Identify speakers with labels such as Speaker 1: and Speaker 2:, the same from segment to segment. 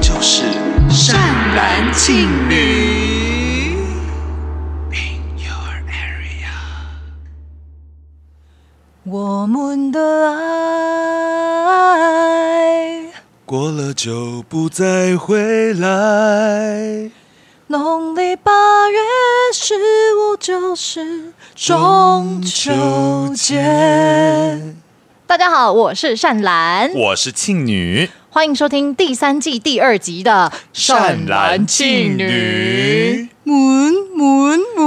Speaker 1: 就是善男信女。In your area，
Speaker 2: 我们的爱
Speaker 3: 过了就不再回来。
Speaker 2: 农历八月十五就是中秋节。大家好，我是善兰，
Speaker 3: 我是庆女，
Speaker 2: 欢迎收听第三季第二集的《
Speaker 3: 庆。》。
Speaker 2: 门门门，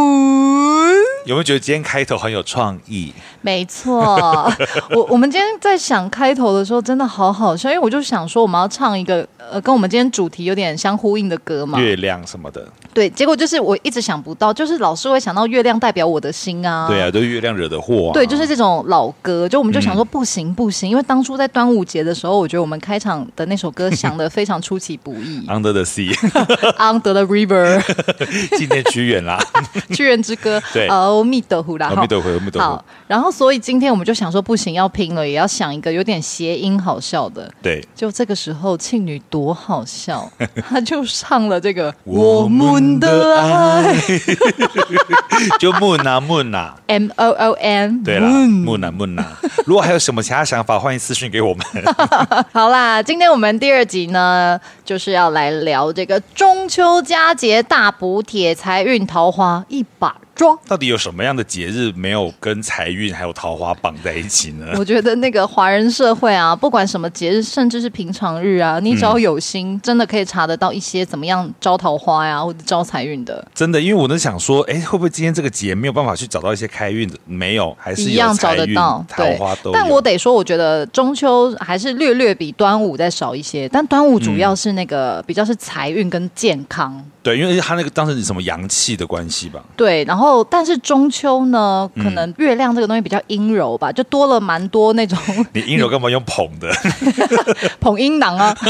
Speaker 3: 有没有觉得今天开头很有创意？
Speaker 2: 没错，我我们今天在想开头的时候，真的好好笑，因为我就想说我们要唱一个呃跟我们今天主题有点相呼应的歌嘛，
Speaker 3: 月亮什么的，
Speaker 2: 对，结果就是我一直想不到，就是老是会想到月亮代表我的心啊。
Speaker 3: 对啊，都是月亮惹的祸啊。
Speaker 2: 对，就是这种老歌，就我们就想
Speaker 3: 嗯
Speaker 2: 说不行不行，因为当初在端午节的时候，我觉得我们开场的那首 歌想的非常出其不意
Speaker 3: Under the Sea，
Speaker 2: ，Under the River
Speaker 3: 今天屈原啦，
Speaker 2: 屈原之歌，
Speaker 3: 对
Speaker 2: 哦，密德湖啦，
Speaker 3: 阿弥陀佛，阿弥陀佛
Speaker 2: 好，，然后所以今天我们就想说不行，要拼了，也要想一个有点谐音好笑的。
Speaker 3: 对，
Speaker 2: 就这个时候，庆女多好笑，她就唱了这个
Speaker 3: 我们的爱， 就木呐木呐。
Speaker 2: M O O N，嗯
Speaker 3: 对啦，木呐木呐。如果还有什么其他想法，欢迎私讯给我们。
Speaker 2: 好啦，今天我们第二集呢，就是要来聊这个中秋佳节大补帖，财运桃花一把 抓。
Speaker 3: 到底有什么样的节日没有跟财运还有桃花绑在一起呢？
Speaker 2: 我觉得那个华人社会啊，不管什么节日，甚至是平常日啊，你只要有心，真的可以查得到一些怎么样招桃花呀、或者招财运的，
Speaker 3: 真的，因为我在想说，哎，会不会今天这个节没有办法去找到一些开运的？没有，还是
Speaker 2: 一
Speaker 3: 有
Speaker 2: 样找
Speaker 3: 财
Speaker 2: 得
Speaker 3: 运、
Speaker 2: 到。
Speaker 3: 桃
Speaker 2: 对
Speaker 3: 花都有。，
Speaker 2: 但我得说，我觉得中秋还是略略比端午再少一些，但端午主要是那个、比较是财运跟健康。
Speaker 3: 对，因为他那个当时是什么阳气的关系吧？
Speaker 2: 对，然后但是中秋呢，可能月亮这个东西比较阴柔吧，就多了蛮多那 种
Speaker 3: 你阴柔干嘛用捧的？
Speaker 2: 捧阴囊啊。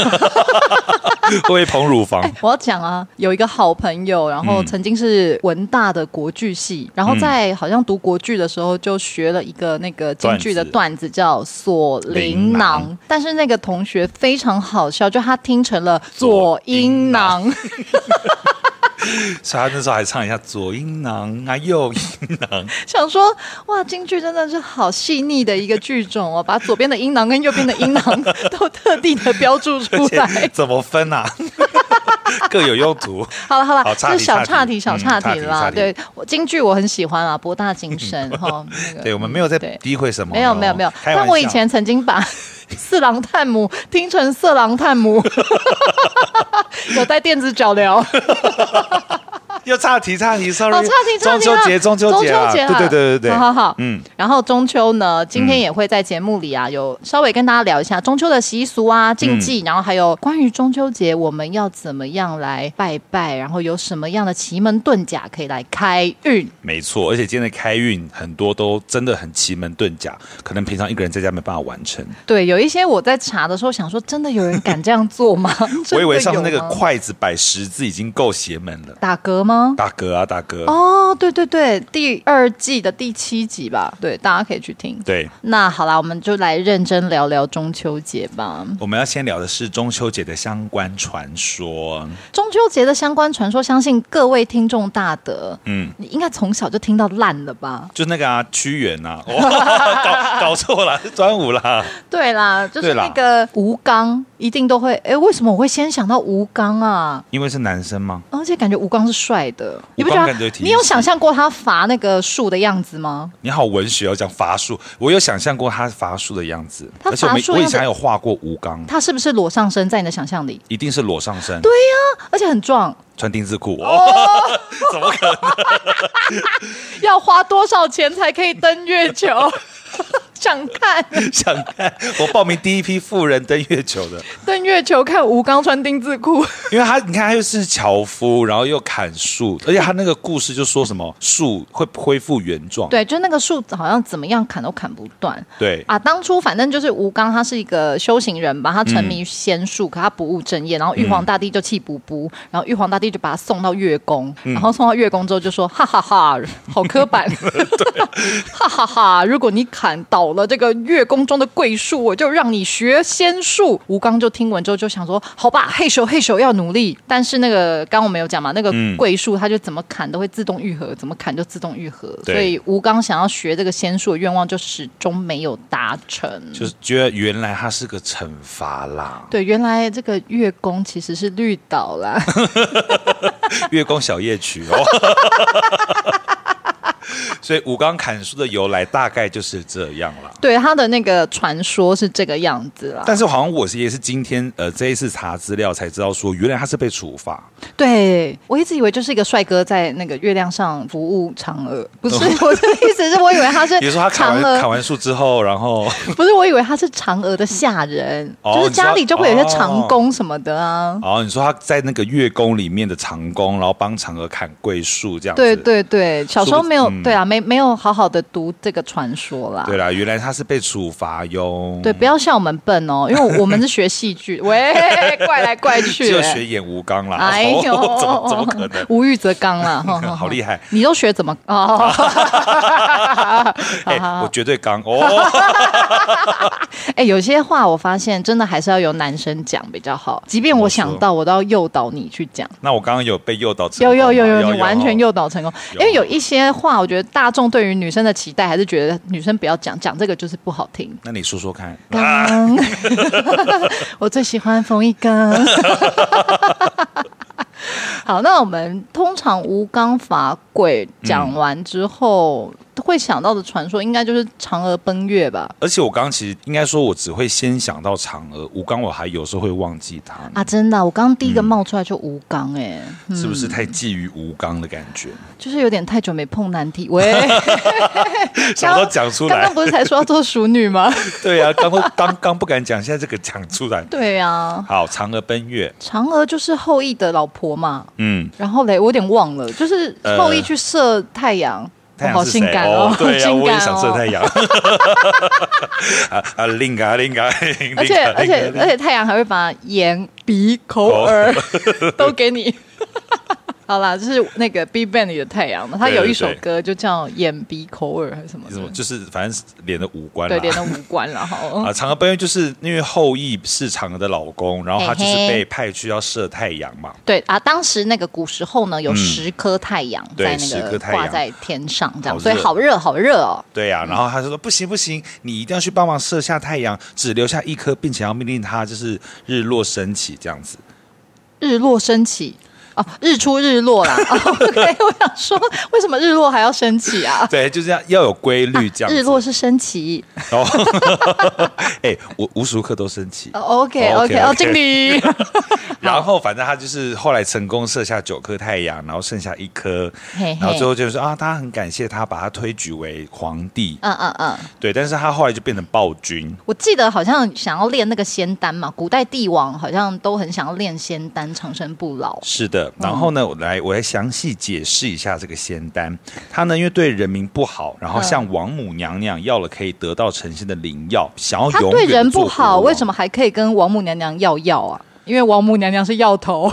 Speaker 3: 会 不会捧乳房？
Speaker 2: 我要讲啊，有一个好朋友，然后
Speaker 3: 嗯
Speaker 2: 曾经是文大的国剧系，然后在好像读国剧的时候就学了一个那个京剧的段子，叫锁麟
Speaker 3: 麟
Speaker 2: 囊
Speaker 3: 囊，
Speaker 2: 但是那个同学非常好笑，就他听成了左
Speaker 3: 左
Speaker 2: 阴
Speaker 3: 阴囊
Speaker 2: 囊。
Speaker 3: 所以他那时候还唱一下左阴囊啊，右阴 囊，
Speaker 2: 想说哇，京剧真的是好细腻的一个剧种哦，把左边的阴囊跟右边的阴囊都特地的标注出
Speaker 3: 而 且
Speaker 2: 来。
Speaker 3: 怎么分啊？ 各有用途。
Speaker 2: 好了好了，
Speaker 3: 好
Speaker 2: 这是
Speaker 3: 岔题
Speaker 2: 小岔
Speaker 3: 岔
Speaker 2: 题
Speaker 3: 题
Speaker 2: 小
Speaker 3: 嗯
Speaker 2: 岔
Speaker 3: 岔
Speaker 2: 题
Speaker 3: 题
Speaker 2: 啦。
Speaker 3: 岔题
Speaker 2: 对，我京剧我很喜欢啊，博大精 深哈。那个
Speaker 3: 对，我们没有在
Speaker 2: 对
Speaker 3: 诋毁什么哦、
Speaker 2: 没有没有没有，
Speaker 3: 哦开玩
Speaker 2: 但我以
Speaker 3: 笑
Speaker 2: 前曾经把四郎探母听成色狼探母，有带电子脚镣。
Speaker 3: 又岔题岔题，sorry，
Speaker 2: 哦，差题差
Speaker 3: 中
Speaker 2: 题
Speaker 3: 秋节中秋节啊，
Speaker 2: 中秋节啊
Speaker 3: 对对对对对，
Speaker 2: 好好好，嗯
Speaker 3: 嗯。
Speaker 2: 然后中秋呢，今天也会在节目里啊，有稍微跟大家聊一下中秋的习俗啊、禁
Speaker 3: 嗯
Speaker 2: 忌，然后还有关于中秋节我们要怎么样来拜拜，然后有什么样的奇门遁甲可以来开运。
Speaker 3: 没错，而且今天的开运很多都真的很奇门遁甲，可能平常一个人在家没办法完成。
Speaker 2: 对，有一些我在查的时候想说，真的有人敢这样做吗？
Speaker 3: 我以为
Speaker 2: 真
Speaker 3: 上
Speaker 2: 的有
Speaker 3: 次那个
Speaker 2: 吗
Speaker 3: 筷子摆十字已经够邪门了，
Speaker 2: 打嗝吗？
Speaker 3: 大哥啊大哥，
Speaker 2: 哦，对对对，第二季的第七集吧，对，大家可以去听。
Speaker 3: 对。
Speaker 2: 那好啦，我们就来认真聊聊中秋节吧。
Speaker 3: 我们要先聊的是中秋节的相关传说，
Speaker 2: 中秋节的相关传说，相信各位听众大德，
Speaker 3: 嗯，
Speaker 2: 你应该从小就听到烂了吧？
Speaker 3: 就那个啊，屈原 啊，哦、搞搞错了，是端午啦，
Speaker 2: 对啦，就是
Speaker 3: 对啦
Speaker 2: 那个吴刚，一定都会。哎，为什么我会先想到吴刚啊？
Speaker 3: 因为是男生吗？
Speaker 2: 而且感觉吴刚是帅的，你不觉
Speaker 3: 吴刚
Speaker 2: 得
Speaker 3: 感觉
Speaker 2: 他？
Speaker 3: 挺
Speaker 2: 你有想象过他伐那个树的样子吗？
Speaker 3: 你好文学哦，讲伐树，我有想象过他伐树的样子，
Speaker 2: 他
Speaker 3: 而且我
Speaker 2: 伐
Speaker 3: 们
Speaker 2: 树的
Speaker 3: 我以
Speaker 2: 样子
Speaker 3: 前还有画过吴刚，
Speaker 2: 他是不是裸上身？在你的想象里，
Speaker 3: 一定是裸上身，
Speaker 2: 而且很壮，
Speaker 3: 穿丁字裤，哦，怎么可能？
Speaker 2: 要花多少钱才可以登月球？ 想看
Speaker 3: 想 看我报名第一批富人登月球的，
Speaker 2: 登月球，看吴刚穿丁字裤。
Speaker 3: 因为他你看他又是樵夫，然后又砍树，而且他那个故事就说什么树会恢复原状，
Speaker 2: 对，就那个树好像怎么样砍都砍不断。
Speaker 3: 对
Speaker 2: 啊，当初反正就是吴刚，他是一个修行人吧，他沉迷仙术，
Speaker 3: 嗯
Speaker 2: 可他不务正业，然后玉皇大帝就气不不，然后玉皇大帝就把他送到月宫，
Speaker 3: 嗯
Speaker 2: 然后送到月宫 之后就说，哈哈哈，好刻板，哈哈哈，如果你砍倒了这个月宫中的桂树，我就让你学仙术。吴刚就听闻之后就想说，好吧，嘿手嘿手要努力。但是那个刚我们有讲嘛，那个
Speaker 3: 嗯
Speaker 2: 桂树它就怎么砍都会自动愈合，怎么砍就自动愈合，
Speaker 3: 对
Speaker 2: 所以吴刚想要学这个仙术的愿望就始终没有达成。
Speaker 3: 就是觉得原来它是个惩罚啦。
Speaker 2: 对，原来这个月宫其实是绿岛啦。
Speaker 3: 月宫小夜曲哦。 所以武冈砍树的由来大概就是这样啦。
Speaker 2: 对，他的那个传说是这个样子啦。
Speaker 3: 但是好像我是也是今天呃这一次查资料才知道说，原来他是被处罚，
Speaker 2: 对我一直以为就是一个帅哥在那个月亮上服务嫦娥，不是我的意思是我以为他是
Speaker 3: 比如说他砍
Speaker 2: 嫦
Speaker 3: 完砍
Speaker 2: 娥，
Speaker 3: 完树之后，然后
Speaker 2: 不是我以为他是嫦娥的下人，
Speaker 3: 哦
Speaker 2: 就是家里就会有一些
Speaker 3: 你知道。
Speaker 2: 长工什么的啊
Speaker 3: 哦你说他在那个月宫里面的长工，然后帮嫦娥砍桂树这样子。
Speaker 2: 对对对，小时候没有
Speaker 3: 嗯
Speaker 2: 对啊，没没有好好的读这个传说啦。
Speaker 3: 对啦，原来他是被处罚哟。
Speaker 2: 对，不要笑我们笨哦，因为我们是学戏 剧，喂，怪来怪
Speaker 3: 只
Speaker 2: 去、
Speaker 3: 有
Speaker 2: 欸
Speaker 3: 学演吴刚啦。
Speaker 2: 哎呦，
Speaker 3: 哦
Speaker 2: 哦
Speaker 3: 怎么怎么可 能？
Speaker 2: 无欲则刚啊啦，哈哈哈
Speaker 3: 好厉害！
Speaker 2: 哦你都学怎么？哦，
Speaker 3: 哎、我绝对刚哦。
Speaker 2: 哎，有些话我发现真的还是要由男生讲比较好，即便我想到，我都要诱导你去讲。
Speaker 3: 那我刚刚有被诱导成
Speaker 2: 有
Speaker 3: 功
Speaker 2: 有有
Speaker 3: 吗
Speaker 2: 有，你完全诱导成功。因
Speaker 3: 有
Speaker 2: 为有一些话，我觉得大众对于女生的期待还是觉得女生不要讲，讲这个就是不好听。
Speaker 3: 那你说说看，
Speaker 2: 啊刚， 我最喜欢冯一刚。 好，那我们通常吴刚伐桂讲完之后，会想到的传说应该就是嫦娥奔月吧？
Speaker 3: 而且我刚刚其实应该说，我只会先想到嫦娥，吴刚我还有时候会忘记他呢
Speaker 2: 啊，真的啊、我刚刚第一
Speaker 3: 嗯
Speaker 2: 个冒出来就吴刚哎、嗯
Speaker 3: 是不是太觊觎吴刚的感觉？
Speaker 2: 就是有点太久没碰难题。 喂，
Speaker 3: 什么都讲出
Speaker 2: 刚
Speaker 3: 来
Speaker 2: 刚，不是才说要做熟女吗？
Speaker 3: 对啊，刚都刚刚不敢讲，现在这个讲出来。
Speaker 2: 对呀、啊，
Speaker 3: 好，嫦娥奔月，
Speaker 2: 嫦娥就是后羿的老婆嘛。
Speaker 3: 嗯，
Speaker 2: 然后嘞，我有点忘了，就是后羿去射太阳，
Speaker 3: 呃
Speaker 2: 哦
Speaker 3: 太
Speaker 2: 好
Speaker 3: 阳是
Speaker 2: 性
Speaker 3: 谁？
Speaker 2: 感哦，好
Speaker 3: 对啊，
Speaker 2: 性
Speaker 3: 我也
Speaker 2: 感
Speaker 3: 想射
Speaker 2: 哦。
Speaker 3: 太阳。 啊啊，令啊令啊，
Speaker 2: 而 且而且而且太阳还会把眼、鼻、口、耳都给你。 好啦，就是那个 Big Bang 里的太阳嘛，它
Speaker 3: 对对
Speaker 2: 有一首
Speaker 3: 对
Speaker 2: 歌就叫《眼、鼻、口、耳》还是什么的
Speaker 3: 什么就是反正脸的五官啦
Speaker 2: 对，连的无关了哈。
Speaker 3: 啊，嫦娥奔月就是因为后羿是嫦娥的老公，然后他就是被派去要射太阳嘛。
Speaker 2: 对啊，当时那个古时候呢，有十颗太阳
Speaker 3: 嗯对
Speaker 2: 在
Speaker 3: 十
Speaker 2: 那
Speaker 3: 颗
Speaker 2: 个
Speaker 3: 太阳
Speaker 2: 挂在天上，这样，
Speaker 3: 好
Speaker 2: 所以
Speaker 3: 热
Speaker 2: 好热好热哦。
Speaker 3: 对呀、然后他就说不行不行，你一定要去帮忙射下太阳，只留下一颗，并且要命令他就是日落升起这样子。
Speaker 2: 日落升起哦，日出日落啦。 哦 OK，我想说，为什么日落还要升起啊？
Speaker 3: 对，就这样要有规律这样子。
Speaker 2: 日落是升起。
Speaker 3: 然后， 哎、我无时无刻都升起。
Speaker 2: 哦 OK OK，
Speaker 3: OK，OK
Speaker 2: 哦，经 理。
Speaker 3: 然后反正他就是后来成功射下九颗太阳，然后剩下一颗
Speaker 2: 嘿嘿，
Speaker 3: 然后最后就是说啊，他很感谢他把他推举为皇帝，
Speaker 2: 嗯嗯嗯，
Speaker 3: 对，但是他后来就变成暴君。
Speaker 2: 我记得好像想要练那个仙丹嘛，古代帝王好像都很想要练仙丹，长生不老。
Speaker 3: 是的，然后呢，我来我来详细解释一下这个仙丹。它呢，因为对人民不好，然
Speaker 2: 嗯
Speaker 3: 后像王母娘娘要了可以得到成仙的灵药，想要
Speaker 2: 他
Speaker 3: 永
Speaker 2: 对
Speaker 3: 远
Speaker 2: 人不好，为什
Speaker 3: 么？
Speaker 2: 么还可以跟王母娘娘要药啊？因为王母娘娘是药 头。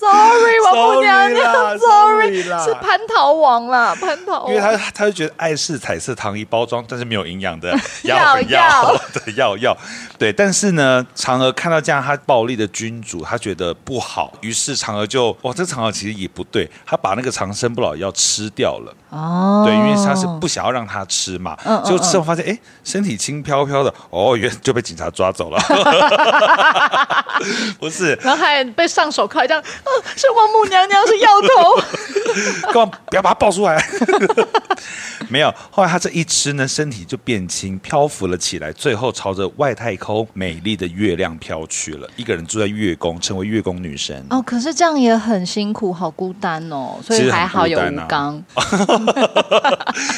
Speaker 2: Sorry，王母娘娘
Speaker 3: Sorry 啦 sorry 啦
Speaker 2: 是蟠桃王啦，蟠桃王。
Speaker 3: 因为他他就觉得爱是彩色糖衣包装，但是没有营 养的
Speaker 2: 药
Speaker 3: 药药 对药药对，但是呢，嫦娥看到这样他暴力的君主，他觉得不好，于是嫦娥就哇，这嫦娥其实也不对，她把那个长生不老药吃掉了。
Speaker 2: 哦
Speaker 3: 对，因为他是不想要让他吃嘛，
Speaker 2: 嗯嗯
Speaker 3: 就吃后发现，哎，身体轻飘飘的，哦，原来就被警察抓走了， 不是，
Speaker 2: 然后还被上手铐，这样，呃，是王母娘娘是药头，
Speaker 3: 干嘛不要把他抱出来？ 没有，后来他这一吃呢，身体就变轻，漂浮了起来，最后朝着外太空美丽的月亮飘去了。一个人住在月宫，成为月宫女神。
Speaker 2: 哦，可是这样也很辛苦，好孤单哦，所
Speaker 3: 其
Speaker 2: 以
Speaker 3: 实很
Speaker 2: 还好有
Speaker 3: 孤单
Speaker 2: 吴
Speaker 3: 啊
Speaker 2: 刚，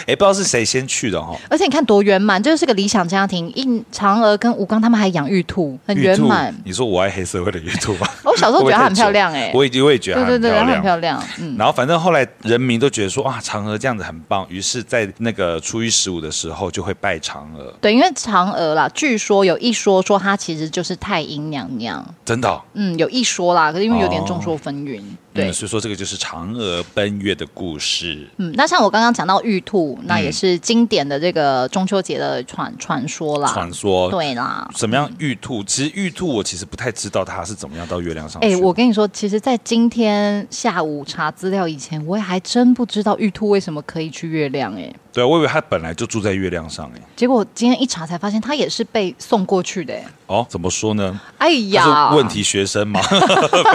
Speaker 3: 哎、不知道是谁先去的哈、
Speaker 2: 而且你看多圆满，这就是个理想家庭。印嫦娥跟吴刚他们还养玉兔，很
Speaker 3: 玉
Speaker 2: 圆
Speaker 3: 兔
Speaker 2: 满。，
Speaker 3: 你说我爱黑社会的玉兔吗？
Speaker 2: 我小时候觉得她很漂亮哎、
Speaker 3: 我也我也觉
Speaker 2: 对
Speaker 3: 得她
Speaker 2: 对
Speaker 3: 很
Speaker 2: 对，
Speaker 3: 漂
Speaker 2: 她
Speaker 3: 亮，
Speaker 2: 很漂亮，嗯。
Speaker 3: 然后反正后来人民都觉得说哇，啊嫦娥这样子很棒，于是，在那个初一十五的时候就会拜嫦娥，
Speaker 2: 对，因为嫦娥啦，据说有一说说她其实就是太阴娘娘，
Speaker 3: 真的哦、
Speaker 2: 嗯，有一说啦，可是因为有点
Speaker 3: 哦
Speaker 2: 众说纷纭，对
Speaker 3: 嗯，所以说这个就是嫦娥奔月的故事。
Speaker 2: 嗯，那像我刚刚讲到玉兔，那
Speaker 3: 嗯
Speaker 2: 也是经典的这个中秋节的传传说啦，
Speaker 3: 传说
Speaker 2: 对啦。
Speaker 3: 怎么样玉兔？其实玉兔我其实不太知道它是怎么样到月亮上去
Speaker 2: 哎、
Speaker 3: 的。
Speaker 2: 我跟你说，其实，在今天下午查资料以前，我也还真不知道玉兔为什么可以去月亮、哎，
Speaker 3: 对啊我以为它本来就住在月亮上哎。
Speaker 2: 结果今天一查才发现，它也是被送过去的、哎
Speaker 3: 哦，怎么说呢？
Speaker 2: 哎
Speaker 3: 他
Speaker 2: 呀，
Speaker 3: 是问题 学生 嘛，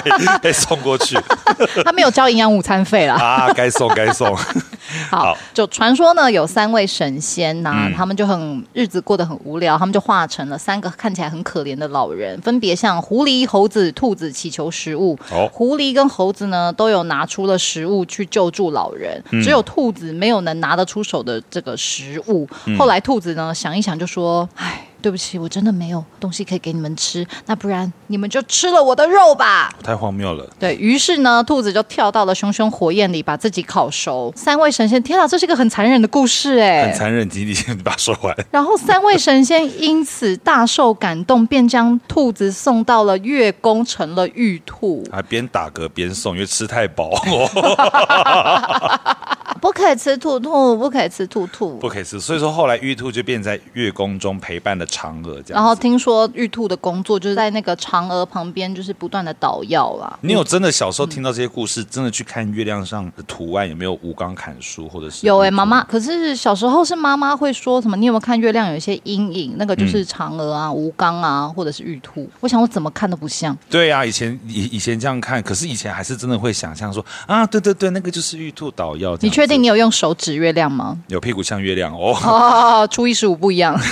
Speaker 3: 被被送过去
Speaker 2: 他没有交营养午餐费啦。
Speaker 3: 啊，该送该送。
Speaker 2: 好
Speaker 3: 好，
Speaker 2: 就传说呢，有三位神仙呐、
Speaker 3: 嗯
Speaker 2: 他们就很日子过得很无聊，他们就化成了三个看起来很可怜的老人，分别向狐狸、猴子、兔子祈求食物。
Speaker 3: 哦
Speaker 2: 狐狸跟猴子呢，都有拿出了食物去救助老人，
Speaker 3: 嗯
Speaker 2: 只有兔子没有能拿得出手的这个食物。
Speaker 3: 嗯
Speaker 2: 后来兔子呢，想一想就说：“哎。”对不起，我真的没有东西可以给你们吃，那不然你们就吃了我的肉吧。
Speaker 3: 太荒谬了。
Speaker 2: 对于是呢，兔子就跳到了熊熊火焰里，把自己烤熟。三位神仙，天啊，这是个很残忍的故事
Speaker 3: 很
Speaker 2: 哎。
Speaker 3: 残忍，你你你把它说完。
Speaker 2: 然后三位神仙因此大受感动，便将兔子送到了月宫，成了玉兔。
Speaker 3: 还边打嗝边送，因为吃 太饱，
Speaker 2: 啊不可以吃兔兔，不可以吃兔兔
Speaker 3: 不。可以吃。所以说后来玉兔就变在月宫中陪伴了嫦娥这
Speaker 2: 然
Speaker 3: 样。
Speaker 2: 后，听说玉兔的工作就是在那个嫦娥旁边，就是不断的捣药啊啦。
Speaker 3: 你有真的小时
Speaker 2: 嗯
Speaker 3: 候听到这些故事，真的去看月亮上的图案有没有吴刚砍树，或者是
Speaker 2: 有哎、
Speaker 3: 玉兔
Speaker 2: 妈妈。可是小时候是妈妈会说什么？你有没有看月亮有一些阴影？那个
Speaker 3: 嗯
Speaker 2: 就是嫦娥啊、吴刚啊，或者是玉兔。我想我怎么看都不像。
Speaker 3: 对啊，以前以以前这样看，可是以前还是真的会想象说啊，对对对，那个就是玉兔捣药。这
Speaker 2: 你
Speaker 3: 样子
Speaker 2: 确定你有用手指月亮吗？
Speaker 3: 有屁股像月亮哦？
Speaker 2: 哦，初一十五不一样。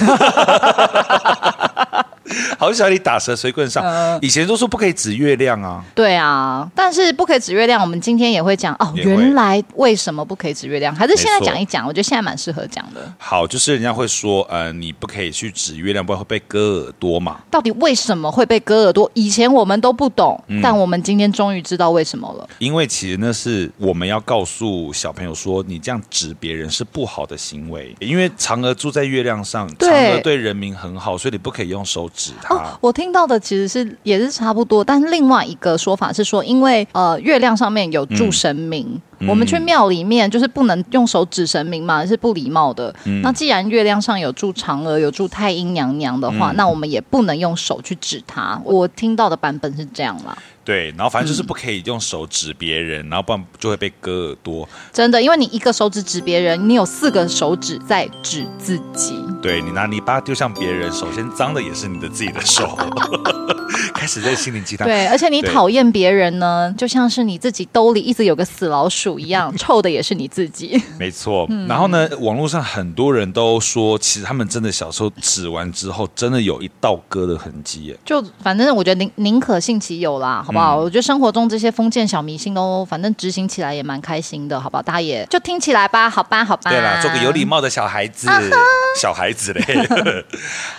Speaker 3: 好小李打蛇随棍
Speaker 2: 呃
Speaker 3: 上，以前都说不可以指月亮啊，
Speaker 2: 对啊，但是不可以指月亮，我们今天也会讲哦。
Speaker 3: 也会
Speaker 2: 原来为什么不可以指月亮？还是现在
Speaker 3: 没错
Speaker 2: 讲一讲，我觉得现在蛮适合讲的。
Speaker 3: 好，就是人家会说，呃，你不可以去指月亮，不然会被割耳朵嘛。
Speaker 2: 到底为什么会被割耳朵？以前我们都不懂，但我们今天终于知道为什么了。
Speaker 3: 因为其实那是我们要告诉小朋友说，你这样指别人是不好的行为。因为嫦娥住在月亮上，
Speaker 2: 对
Speaker 3: 嫦娥对人民很好，所以你不可以用手指它。
Speaker 2: 哦，我听到的其实是也是差不多，但是另外一个说法是说，因为呃月亮上面有住神明，我们去庙里面就是不能用手指神明嘛，是不礼貌的。那既然月亮上有住嫦娥，有住太阴娘娘的话，那我们也不能用手去指她。我听到的版本是这样啦，
Speaker 3: 对，然后反正就是不可以用手指别人，然后不然就会被割耳朵。
Speaker 2: 真的，因为你一个手指指别人，你有四个手指在指自己。
Speaker 3: 对你拿泥巴丢向别人，首先脏的也是你的自己的 手。 开始在心灵鸡汤。
Speaker 2: 对，而且你
Speaker 3: 对
Speaker 2: 讨厌别人呢，就像是你自己兜里一直有个死老鼠一样，臭的也是你自己。
Speaker 3: 没错，然后呢，网络上很多人都说，其实他们真的小时候指完之后，真的有一道割的痕迹耶。
Speaker 2: 就反正我觉得宁宁可信其有啦，好不
Speaker 3: 嗯
Speaker 2: 好？我觉得生活中这些封建小迷信都，反正执行起来也蛮开心的，好不好？大家也就听起来吧，好吧，好吧。
Speaker 3: 对啦，做个有礼。貌的小孩子，
Speaker 2: 啊
Speaker 3: 小孩 子嘞。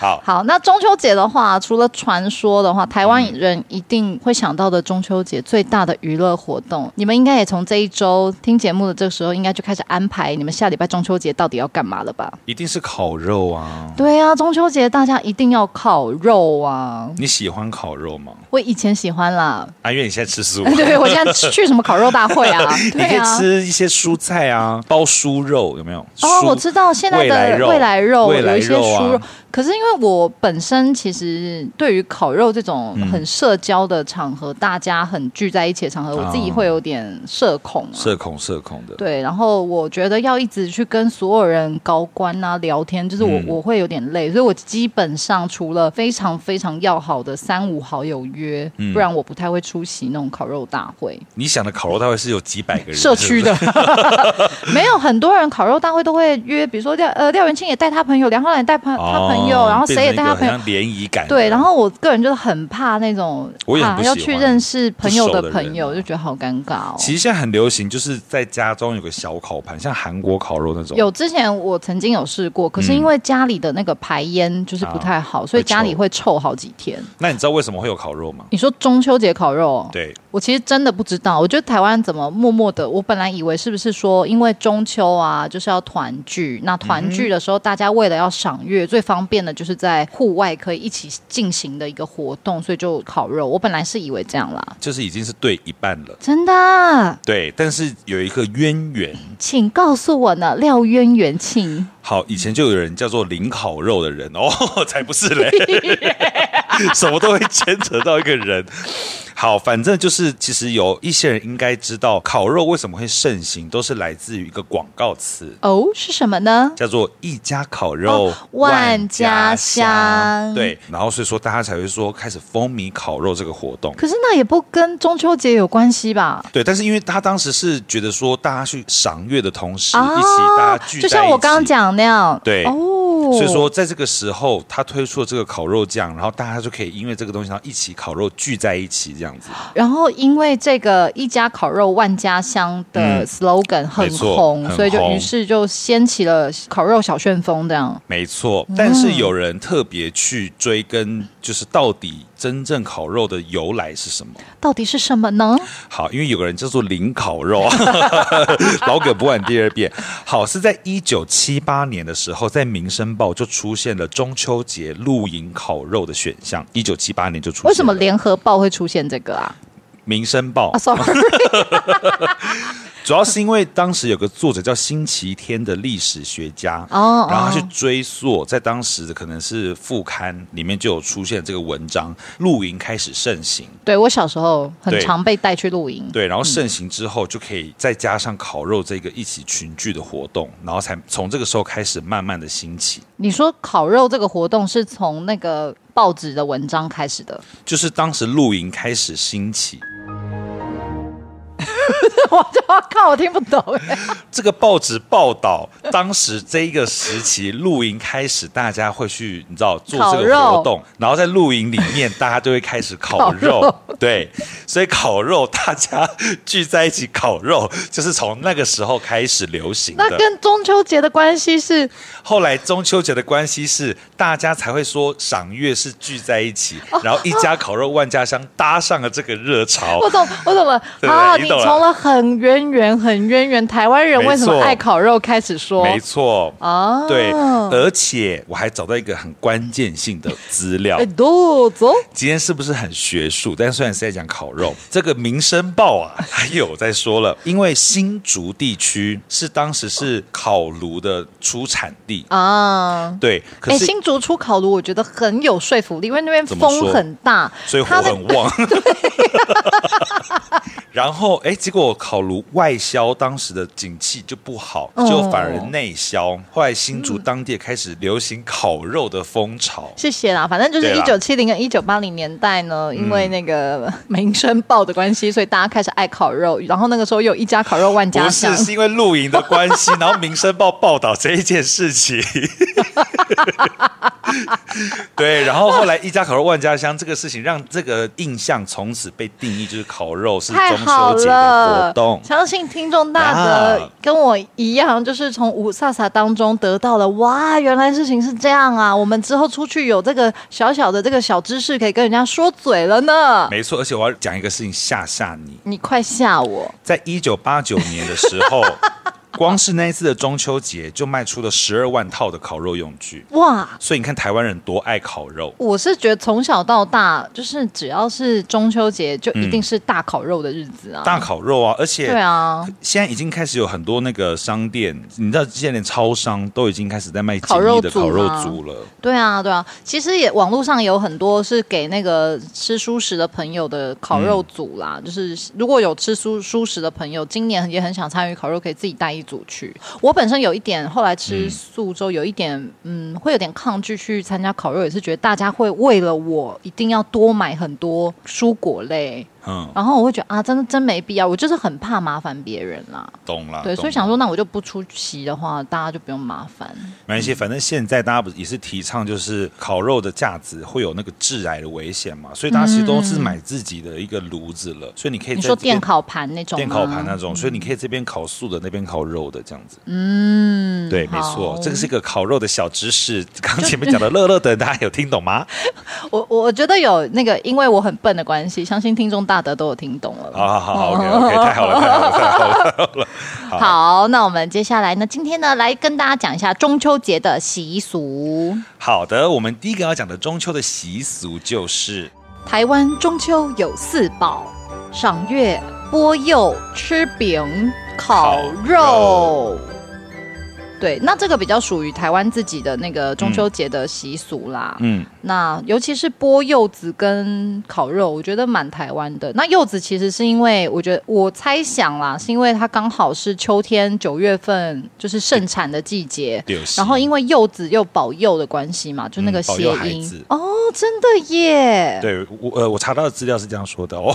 Speaker 3: 好，
Speaker 2: 好，那中秋节的话，除了传说的话，台湾人一定会想到的中秋节最大的娱乐活动，你们应该也从这一周听节目的这个时候，应该就开始安排你们下礼拜中秋节到底要干嘛了吧？
Speaker 3: 一定是烤肉啊！
Speaker 2: 对啊，中秋节大家一定要烤肉啊！
Speaker 3: 你喜欢烤肉吗？
Speaker 2: 我以前喜欢啦，，
Speaker 3: 啊，因为你现在吃素
Speaker 2: 哎对我现在去什么烤肉大会啊？
Speaker 3: 你
Speaker 2: 对
Speaker 3: 可以
Speaker 2: 啊。
Speaker 3: 吃一些蔬菜啊，包酥肉有没有？
Speaker 2: 哦，
Speaker 3: 酥
Speaker 2: 我知道现在
Speaker 3: 未来
Speaker 2: 的
Speaker 3: 肉
Speaker 2: 未来肉
Speaker 3: 未
Speaker 2: 有
Speaker 3: 来
Speaker 2: 一些
Speaker 3: 肉啊
Speaker 2: 熟肉，可是因为我本身其实对于烤肉这种
Speaker 3: 嗯
Speaker 2: 很社交的场合，大家很聚在一起的场合，我自己会有点社恐啊。
Speaker 3: 哦社恐社恐的。
Speaker 2: 对，然后我觉得要一直去跟所有人高官啊聊天，就是我、
Speaker 3: 嗯
Speaker 2: 我会有点累，所以我基本上除了非常非常要好的三五好友约，
Speaker 3: 嗯
Speaker 2: 不然我不太会出席那种烤肉大会。
Speaker 3: 你想的烤肉大会是有几百个人，
Speaker 2: 社区
Speaker 3: 是不是
Speaker 2: 的， 没有很多人烤肉大会都会约，比如说廖呃廖元庆也带他朋友，梁浩然也带朋他朋友，
Speaker 3: 哦
Speaker 2: 然后谁也带
Speaker 3: 变成
Speaker 2: 他
Speaker 3: 一个
Speaker 2: 朋友
Speaker 3: 好。像联谊感。啊
Speaker 2: 对，然后我个人就是很怕那种
Speaker 3: 我也很
Speaker 2: 啊
Speaker 3: 不喜
Speaker 2: 要
Speaker 3: 欢
Speaker 2: 去认识朋友的朋友，
Speaker 3: 不熟的人啊
Speaker 2: 就觉得好尴尬哦。
Speaker 3: 其实现在很流行，就是在家中有个小烤盘，像韩国烤肉那种。
Speaker 2: 有之前我曾经有试过，可是因为家里的那个排烟就是不太好，所以
Speaker 3: 嗯啊会臭
Speaker 2: 家里会臭好几天。
Speaker 3: 那你知道为什么会有烤肉吗？
Speaker 2: 你说中秋节烤肉，哦
Speaker 3: 对，
Speaker 2: 我其实真的不知道，我觉得台湾怎么默默的，我本来以为是不是说，因为中秋啊，就是要团聚，那团聚的时候，大家为了要赏月，最方便的就是在户外可以一起进行的一个活动，所以就烤肉。我本来是以为这样啦，
Speaker 3: 就是已经是对一半了。
Speaker 2: 真的，
Speaker 3: 对，但是有一个渊源，
Speaker 2: 请告诉我呢，廖渊源庆。
Speaker 3: 好，以前就有人叫做零烤肉的人哦， 才不是嘞，什么都会牵扯到一个人。好，反正就是，其实有一些人应该知道，烤肉为什么会盛行，都是来自于一个广告词，
Speaker 2: 哦，是什么呢？
Speaker 3: 叫做“一家烤肉、
Speaker 2: 哦万家香
Speaker 3: 对，然后所以说大家才会说开始风靡烤肉这个活动。
Speaker 2: 可是那也不跟中秋节有关系吧？
Speaker 3: 对，但是因为他当时是觉得说，大家去赏月的同时，
Speaker 2: 啊
Speaker 3: 一起大家聚在一起，
Speaker 2: 就像我刚刚讲那样，
Speaker 3: 对
Speaker 2: 哦，
Speaker 3: 所以说，在这个时候，他推出了这个烤肉酱，然后大家就可以因为这个东西，然后一起烤肉聚在一起，这样子。
Speaker 2: 然后因为这个“一家烤肉万家香”
Speaker 3: 嗯
Speaker 2: 的 slogan 很红，
Speaker 3: 没错
Speaker 2: 所以就
Speaker 3: 很红
Speaker 2: 于是就掀起了烤肉小旋风这样。
Speaker 3: 没错，
Speaker 2: 嗯
Speaker 3: 但是有人特别去追根，就是到底真正烤肉的由来是什么？
Speaker 2: 到底是什么呢？
Speaker 3: 好，因为有个人叫做零烤肉， 老梗不玩第二遍。好，是在一九七八年的时候，在《民生报》就出现了中秋节露营烤肉的选项。一九七八年就出现了，
Speaker 2: 为什么《联合报》会出现这个啊？
Speaker 3: 民生报
Speaker 2: 啊？，sorry，
Speaker 3: 主要是因为当时有个作者叫星期天的历史学家，
Speaker 2: 哦
Speaker 3: 然后他去
Speaker 2: 哦
Speaker 3: 追溯，在当时的可能是副刊里面就有出现这个文章，露营开始盛行，
Speaker 2: 对我小时候很
Speaker 3: 对
Speaker 2: 常被带去露营，
Speaker 3: 对，然后盛行之后就可以再加上烤肉这个一起群聚的活动，然后才从这个时候开始慢慢的兴起。
Speaker 2: 你说烤肉这个活动是从那个报纸的文章开始 的，
Speaker 3: 就是当时露营开始兴起，
Speaker 2: 我就要靠，我听不懂哎。
Speaker 3: 这个报纸报道当时这一个时期露营开始，大家会去你知道做这个活动，然后在露营里面大家就会开始烤肉，
Speaker 2: 烤
Speaker 3: 对，所以烤肉大家聚在一起烤肉，就是从那个时候开始流行
Speaker 2: 那
Speaker 3: 的。
Speaker 2: 跟中秋节的关系是
Speaker 3: 后来中秋节的关系是，大家才会说赏月是聚在一 起，然后一家烤肉万家香搭上了这个热 潮
Speaker 2: 我。懂，我懂了
Speaker 3: 哦 对
Speaker 2: 啊！
Speaker 3: 你
Speaker 2: 你
Speaker 3: 懂了
Speaker 2: 从了很渊源、很渊源，台湾人为什
Speaker 3: 没
Speaker 2: 么
Speaker 3: 错
Speaker 2: 爱烤肉开始说？
Speaker 3: 没错，
Speaker 2: 哦，
Speaker 3: 对，而且我还找到一个很关键性的资料
Speaker 2: 哎，。都走，
Speaker 3: 今天是不是很学术？但虽然是在讲烤肉， 这个《民生报》啊，还有在说了，因为新竹地区是当时是烤炉的出产地，
Speaker 2: 啊！
Speaker 3: 对，可
Speaker 2: 哎，
Speaker 3: 是
Speaker 2: 新竹出烤炉，我觉得很有说服力，因为那边
Speaker 3: 怎么说
Speaker 2: 风很大，
Speaker 3: 所以火
Speaker 2: 它那
Speaker 3: 很旺。 然后，哎，结果烤炉外销，当时的景气就不好，
Speaker 2: 哦
Speaker 3: 就反而内销。后来新竹当地也开始流行烤肉的风潮。
Speaker 2: 谢谢啦，反正就是
Speaker 3: 对
Speaker 2: 一
Speaker 3: 啦嗯
Speaker 2: 九七零跟一九八零年代呢，因为那个 《民生报》的关系，所以大家开始爱烤肉，然后那个时候又有一家烤肉万家
Speaker 3: 不
Speaker 2: 香
Speaker 3: 是，，是因为露营的关系，然后《民生报》报道这一件事情。 对，然后后来一家烤肉万家香这个事情，让这个印象从此被定义，就是烤肉是
Speaker 2: 太
Speaker 3: 中
Speaker 2: 好
Speaker 3: 秋节的活
Speaker 2: 了
Speaker 3: 动，。
Speaker 2: 相信听众大德
Speaker 3: 啊
Speaker 2: 跟我一样，就是从五萨萨当中得到了哇，原来事情是这样啊！我们之后出去有这个小小的这个小知识，可以跟人家说嘴了呢。
Speaker 3: 没错，而且我要讲一个事情吓吓你，
Speaker 2: 你快吓我！
Speaker 3: 在一九八九年的时 候。光是那一次的中秋节，就卖出了十二万套的烤肉用具，
Speaker 2: 哇，
Speaker 3: 所以你看台湾人多爱烤肉。
Speaker 2: 我是觉得从小到大，就是只要是中秋节，就一定是大烤肉的日子啊。
Speaker 3: 嗯大烤肉啊，而且
Speaker 2: 对啊，
Speaker 3: 现在已经开始有很多那个商店，你知道现在连超商都已经开始在卖简
Speaker 2: 烤肉
Speaker 3: 易的
Speaker 2: 组
Speaker 3: 烤肉
Speaker 2: 吗
Speaker 3: 组了。
Speaker 2: 对啊，对啊，其实也网络上有很多是给那个吃素食的朋友的烤肉组啦，
Speaker 3: 嗯
Speaker 2: 就是如果有吃素素食的朋友，今年也很想参与烤肉，可以自己带一组去。我本身有一点后来吃素之后，有一点嗯会有点抗拒去参加烤肉，也是觉得大家会为了我一定要多买很多蔬果类，
Speaker 3: 嗯，
Speaker 2: 然后我会觉得啊，真的真没必要，我就是很怕麻烦别人啦。
Speaker 3: 懂了。
Speaker 2: 对，
Speaker 3: 啊懂
Speaker 2: 所以
Speaker 3: 了
Speaker 2: 想说，那嗯我就不出席的话，大家就不用麻烦。
Speaker 3: 没关系，反正现在大家不是也是提倡，就是烤肉的架子会有那个致癌的危险嘛，所以大家其实都是买自己的一个炉子了，所以你可以
Speaker 2: 嗯你
Speaker 3: 在
Speaker 2: 说
Speaker 3: 这边
Speaker 2: 电烤盘那种吗，啊
Speaker 3: 啊电烤盘那种，所以你可以这边烤素的，那边烤肉的这样子。
Speaker 2: 嗯
Speaker 3: 对，没错
Speaker 2: 好，
Speaker 3: 这个是一个烤肉的小知识。刚前面讲的乐乐等，大家有听 懂吗？
Speaker 2: 我我觉得有那个，因为我很笨的关系，相信听众大德都有听懂了。
Speaker 3: 好好好，OK OK，太好了，太好了，太好了。
Speaker 2: 好，那我们接下来呢？今天呢，来跟大家讲一下中秋节的习俗。
Speaker 3: 好的，我们第一个要讲的中秋的习俗就是
Speaker 2: 台湾中秋有四宝：赏月、剥柚、吃饼、烤肉。
Speaker 3: 烤
Speaker 2: 对，那这个比较属于台湾自己的那个中秋节的习俗啦。
Speaker 3: 嗯。
Speaker 2: 那尤其是剥柚子跟烤肉，我觉得蛮台湾的。那柚子其实是因为，我觉得我猜想啦，是因为它刚好是秋天九月份，就是盛产的季节。
Speaker 3: 就是
Speaker 2: 然后因为柚子又保佑的关系嘛，就那个
Speaker 3: 嗯保
Speaker 2: 谐
Speaker 3: 佑孩
Speaker 2: 音、
Speaker 3: 子
Speaker 2: 哦，真的耶！
Speaker 3: 对我呃，我查到的资料是这样说 的哦，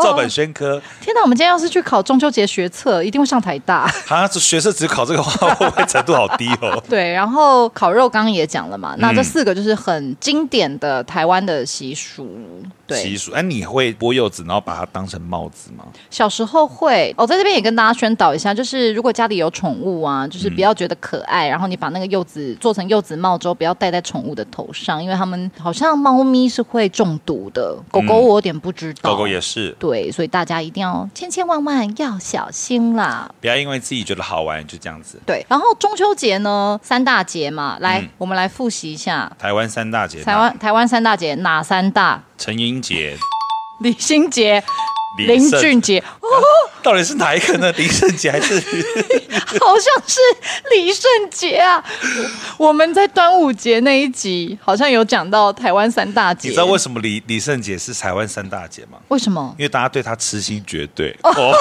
Speaker 3: 照本宣科。
Speaker 2: 天哪，我们今天要是去考中秋节学测，一定会上台 大。
Speaker 3: 啊，这学生只考这个话，会不会程度好低哦？
Speaker 2: 对，然后烤肉刚刚也讲了嘛，那这四个就是很经典的台湾的习俗。
Speaker 3: 习
Speaker 2: 对，
Speaker 3: 俗，哎、你会剥柚子，然后把它当成帽子吗？
Speaker 2: 小时候会，哦我、在这边也跟大家宣导一下，就是如果家里有宠物啊，就是
Speaker 3: 嗯
Speaker 2: 不要觉得可爱，然后你把那个柚子做成柚子帽之后，不要戴在宠物的头上，因为它们好像猫咪是会中毒的，狗狗我有点不知道。
Speaker 3: 嗯狗狗也是，
Speaker 2: 对，所以大家一定要千千万万要小心啦。
Speaker 3: 不要因为自己觉得好玩就这样子。
Speaker 2: 对，然后中秋节呢，三大节嘛，来，
Speaker 3: 嗯
Speaker 2: 我们来复习一下
Speaker 3: 台湾三大节，
Speaker 2: 台湾台湾三大节哪三大？
Speaker 3: 陈英杰、
Speaker 2: 李心洁、
Speaker 3: 李
Speaker 2: 林
Speaker 3: 胜
Speaker 2: 俊杰，哦
Speaker 3: 到底是哪一个 呢？林圣杰还是
Speaker 2: 好像是李圣杰啊。我我们在端午节那一集好像有讲到台湾三大节，
Speaker 3: 你知道为什么李李圣杰是台湾三大节吗？
Speaker 2: 为什么？
Speaker 3: 因为大家对他痴心绝对。哦，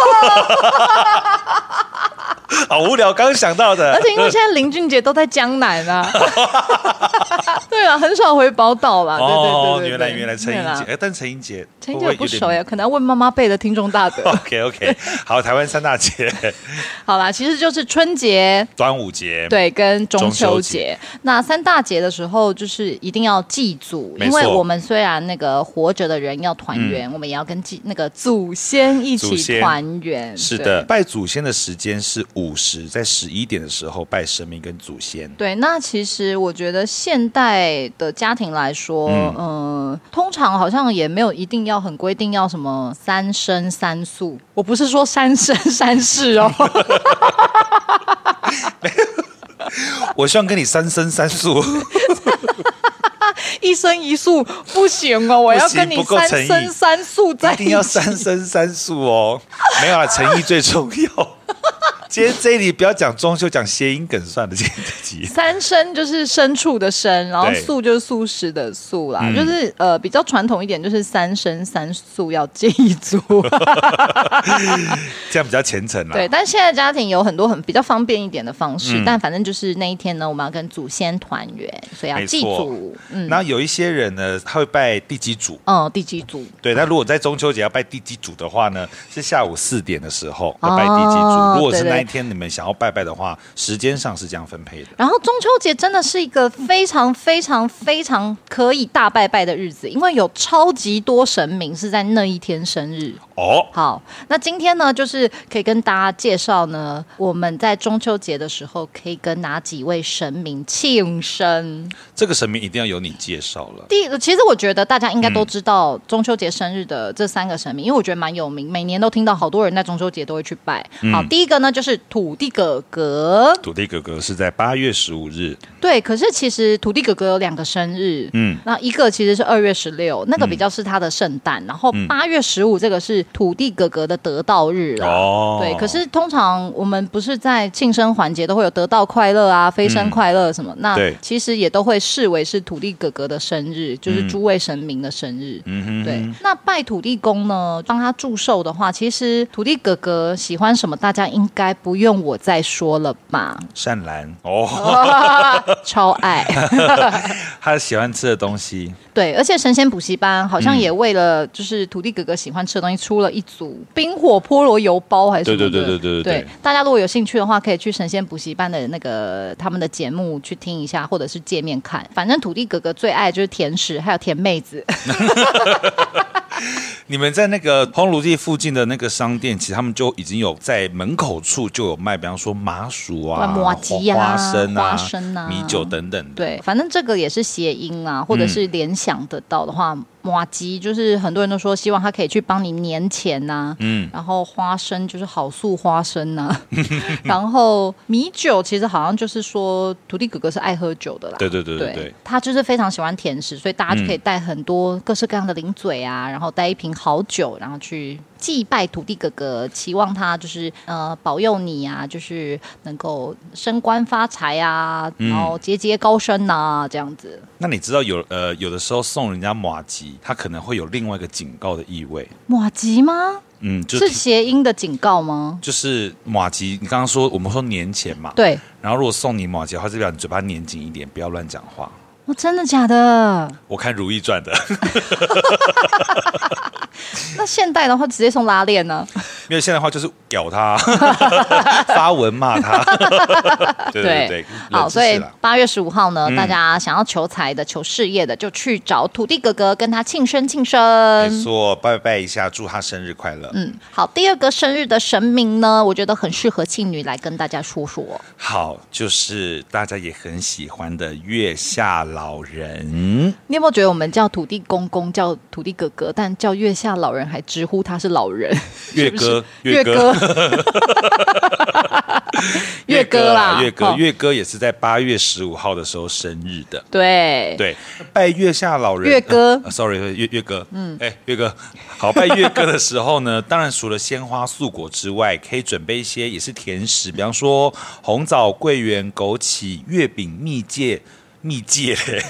Speaker 3: 好无聊，刚想到的。
Speaker 2: 而且因为现在林俊杰都在江南啊， 对啊，很少回宝岛啦。对
Speaker 3: 哦
Speaker 2: 对，对对对
Speaker 3: 原来原来陈
Speaker 2: 对
Speaker 3: 英
Speaker 2: 啦
Speaker 3: 杰，哎，但陈英杰
Speaker 2: 陈
Speaker 3: 会
Speaker 2: 英杰我
Speaker 3: 会有点
Speaker 2: 不熟 呀，可能要问妈妈辈的听众大德。
Speaker 3: OK OK，好，台湾三大节，
Speaker 2: 好啦，其实就是春节、
Speaker 3: 端午节，，
Speaker 2: 对，跟中
Speaker 3: 中
Speaker 2: 秋
Speaker 3: 秋
Speaker 2: 节
Speaker 3: 节。
Speaker 2: 那三大节的时候，就是一定要祭祖，
Speaker 3: 没
Speaker 2: 因为
Speaker 3: 错嗯
Speaker 2: 我们虽然那个活着的人要团圆，我们也要跟祭那个祖先一
Speaker 3: 祖
Speaker 2: 起
Speaker 3: 先
Speaker 2: 团圆。
Speaker 3: 是
Speaker 2: 对
Speaker 3: 的，。拜祖先的时间是午时，在十一点的时候拜神明跟祖先。
Speaker 2: 对，那其实我觉得现代的家庭来说，嗯、
Speaker 3: 嗯
Speaker 2: 通常好像也没有一定要很规定要什么三生三宿。我不是说三生三世 哦，
Speaker 3: 我希望跟你三生三宿，
Speaker 2: 一生一宿不行哦，我要
Speaker 3: 不行
Speaker 2: 跟你
Speaker 3: 不够
Speaker 2: 三
Speaker 3: 诚意
Speaker 2: 生三宿 在
Speaker 3: 一定要
Speaker 2: 起
Speaker 3: 三生三宿哦。没有啦，诚意最重要。 今天这一集不要讲中秋，讲谐音梗算了。今天这集
Speaker 2: 三牲就是牲畜的牲，然后
Speaker 3: 对
Speaker 2: 素就是素食的素啦，
Speaker 3: 嗯
Speaker 2: 就是呃比较传统一点，就是三牲三素要祭 祖。
Speaker 3: 这样比较虔诚啦。
Speaker 2: 对，但现在家庭有很多很比较方便一点的方
Speaker 3: 嗯
Speaker 2: 式，但反正就是那一天呢，我们要跟祖先团圆，所以要
Speaker 3: 没
Speaker 2: 祭
Speaker 3: 错
Speaker 2: 祖，嗯
Speaker 3: 然后有一些人呢，他会拜地基主。
Speaker 2: 嗯，地祭祖。
Speaker 3: 对，那如果在中秋节要拜地基主的话呢，是下午四点的时候要拜地基主。
Speaker 2: 哦
Speaker 3: 如果是
Speaker 2: 对对
Speaker 3: 那一天你们想要拜拜的话，时间上是这样分配的。
Speaker 2: 然后中秋节真的是一个非常非常非常可以大拜拜的日子，因为有超级多神明是在那一天生日。
Speaker 3: 哦，
Speaker 2: 好，那今天呢，就是可以跟大家介绍呢，我们在中秋节的时候可以跟哪几位神明庆生。
Speaker 3: 这个神明一定要由你介绍了。
Speaker 2: 第，其实我觉得大家应该都知道中秋节生日的这三个神明，因为我觉得蛮有名，每年都听到好多人在中秋节都会去拜。
Speaker 3: 嗯
Speaker 2: 好，第一个呢就是土地哥哥，
Speaker 3: 土地哥哥是在八月十五日，
Speaker 2: 对，可是其实土地哥哥有两个生日，嗯
Speaker 3: 嗯，
Speaker 2: 那一个其实是二月十六，那个比较是他的圣诞，然
Speaker 3: 嗯
Speaker 2: 后八月十五这个是土地哥哥的得到日啦。
Speaker 3: 哦
Speaker 2: 对，可是通常我们不是在庆生环节都会有得到快乐啊、飞升快乐什么，那
Speaker 3: 嗯对
Speaker 2: 其实也都会视为是土地哥哥的生日，就是诸位神明的生日。
Speaker 3: 嗯哼，
Speaker 2: 对，那拜土地公呢，帮他祝寿的话，其实土地哥哥喜欢什么，大家应该不用我再说了吧？
Speaker 3: 善兰哦，
Speaker 2: 超爱。
Speaker 3: 他喜欢吃的东西，嗯
Speaker 2: 对，而且神仙补习班好像也为了就是土地哥哥喜欢吃的东西出出了一组冰火菠萝油包还是什么的
Speaker 3: 对对对对对对对
Speaker 2: 大家如果有兴趣的话，可以去神仙补习班的那个他们的节目去听一下，或者是界面看。反正土地哥哥最爱就是甜食，还有甜妹子。
Speaker 3: 你们在那个烘炉地附近的那个商店，其实他们就已经有在门口处就有卖，比方说麻薯啊、
Speaker 2: 对麻糬啊
Speaker 3: 花生啊、
Speaker 2: 花生啊
Speaker 3: 米酒等等的。
Speaker 2: 对，反正这个也是谐音啊，或者
Speaker 3: 嗯
Speaker 2: 是联想得到的话，麻吉就是很多人都说希望他可以去帮你粘钱呐、
Speaker 3: 嗯，
Speaker 2: 然后花生就是好素花生呐、 然后米酒其实好像就是说土地哥哥是爱喝酒的啦，
Speaker 3: 对对对对对
Speaker 2: 他就是非常喜欢甜食，所以大家就可以带很多各式各样的零嘴啊，然后带一瓶好酒，然后去祭拜土地哥哥，期望他就是呃保佑你啊，就是能够升官发财啊，
Speaker 3: 嗯
Speaker 2: 然后节节高升呐、这样子。
Speaker 3: 那你知道有呃有的时候送人家马吉，它可能会有另外一个警告的意味。
Speaker 2: 马吉吗？
Speaker 3: 嗯，就是
Speaker 2: 谐音的警告吗？
Speaker 3: 就是马吉，你刚刚说我们说年前嘛，。
Speaker 2: 对，
Speaker 3: 然后如果送你马吉的话，代表你嘴巴粘紧一点，不要乱讲话。
Speaker 2: 哦，真的假的？
Speaker 3: 我看《如懿传》的，
Speaker 2: 那现代的话，直接送拉链呢？
Speaker 3: 因为现在的话就是屌他， 发文骂 他。对对对，冷
Speaker 2: 好，
Speaker 3: 知
Speaker 2: 所
Speaker 3: 识
Speaker 2: 以
Speaker 3: 啦嗯
Speaker 2: 八月十五号呢，大家想要求财的、求事业的，就去找土地哥哥跟他庆生庆生。
Speaker 3: 没错，拜拜一下，祝他生日快乐。
Speaker 2: 嗯，好，第二个生日的神明呢，我觉得很适合庆女来跟大家说说。
Speaker 3: 好，就是大家也很喜欢的月下老人，
Speaker 2: 你有没有觉得我们叫土地公公、叫土地哥哥，但叫月下老人还直呼他是老人？
Speaker 3: 月哥，
Speaker 2: 月哥， 月哥啦，
Speaker 3: 月哥
Speaker 2: 哦，
Speaker 3: 月哥也是在八月十五号的时候生日的。
Speaker 2: 对
Speaker 3: 对，拜月下老人
Speaker 2: 月哥
Speaker 3: 呃呃，sorry，月月哥，嗯，哎，月哥，好，拜月哥的时候呢，当然除了鲜花素果之外，可以准备一些也是甜食，比方说红枣、桂圆、枸杞、月饼、蜜饯。蜜饯 嘞，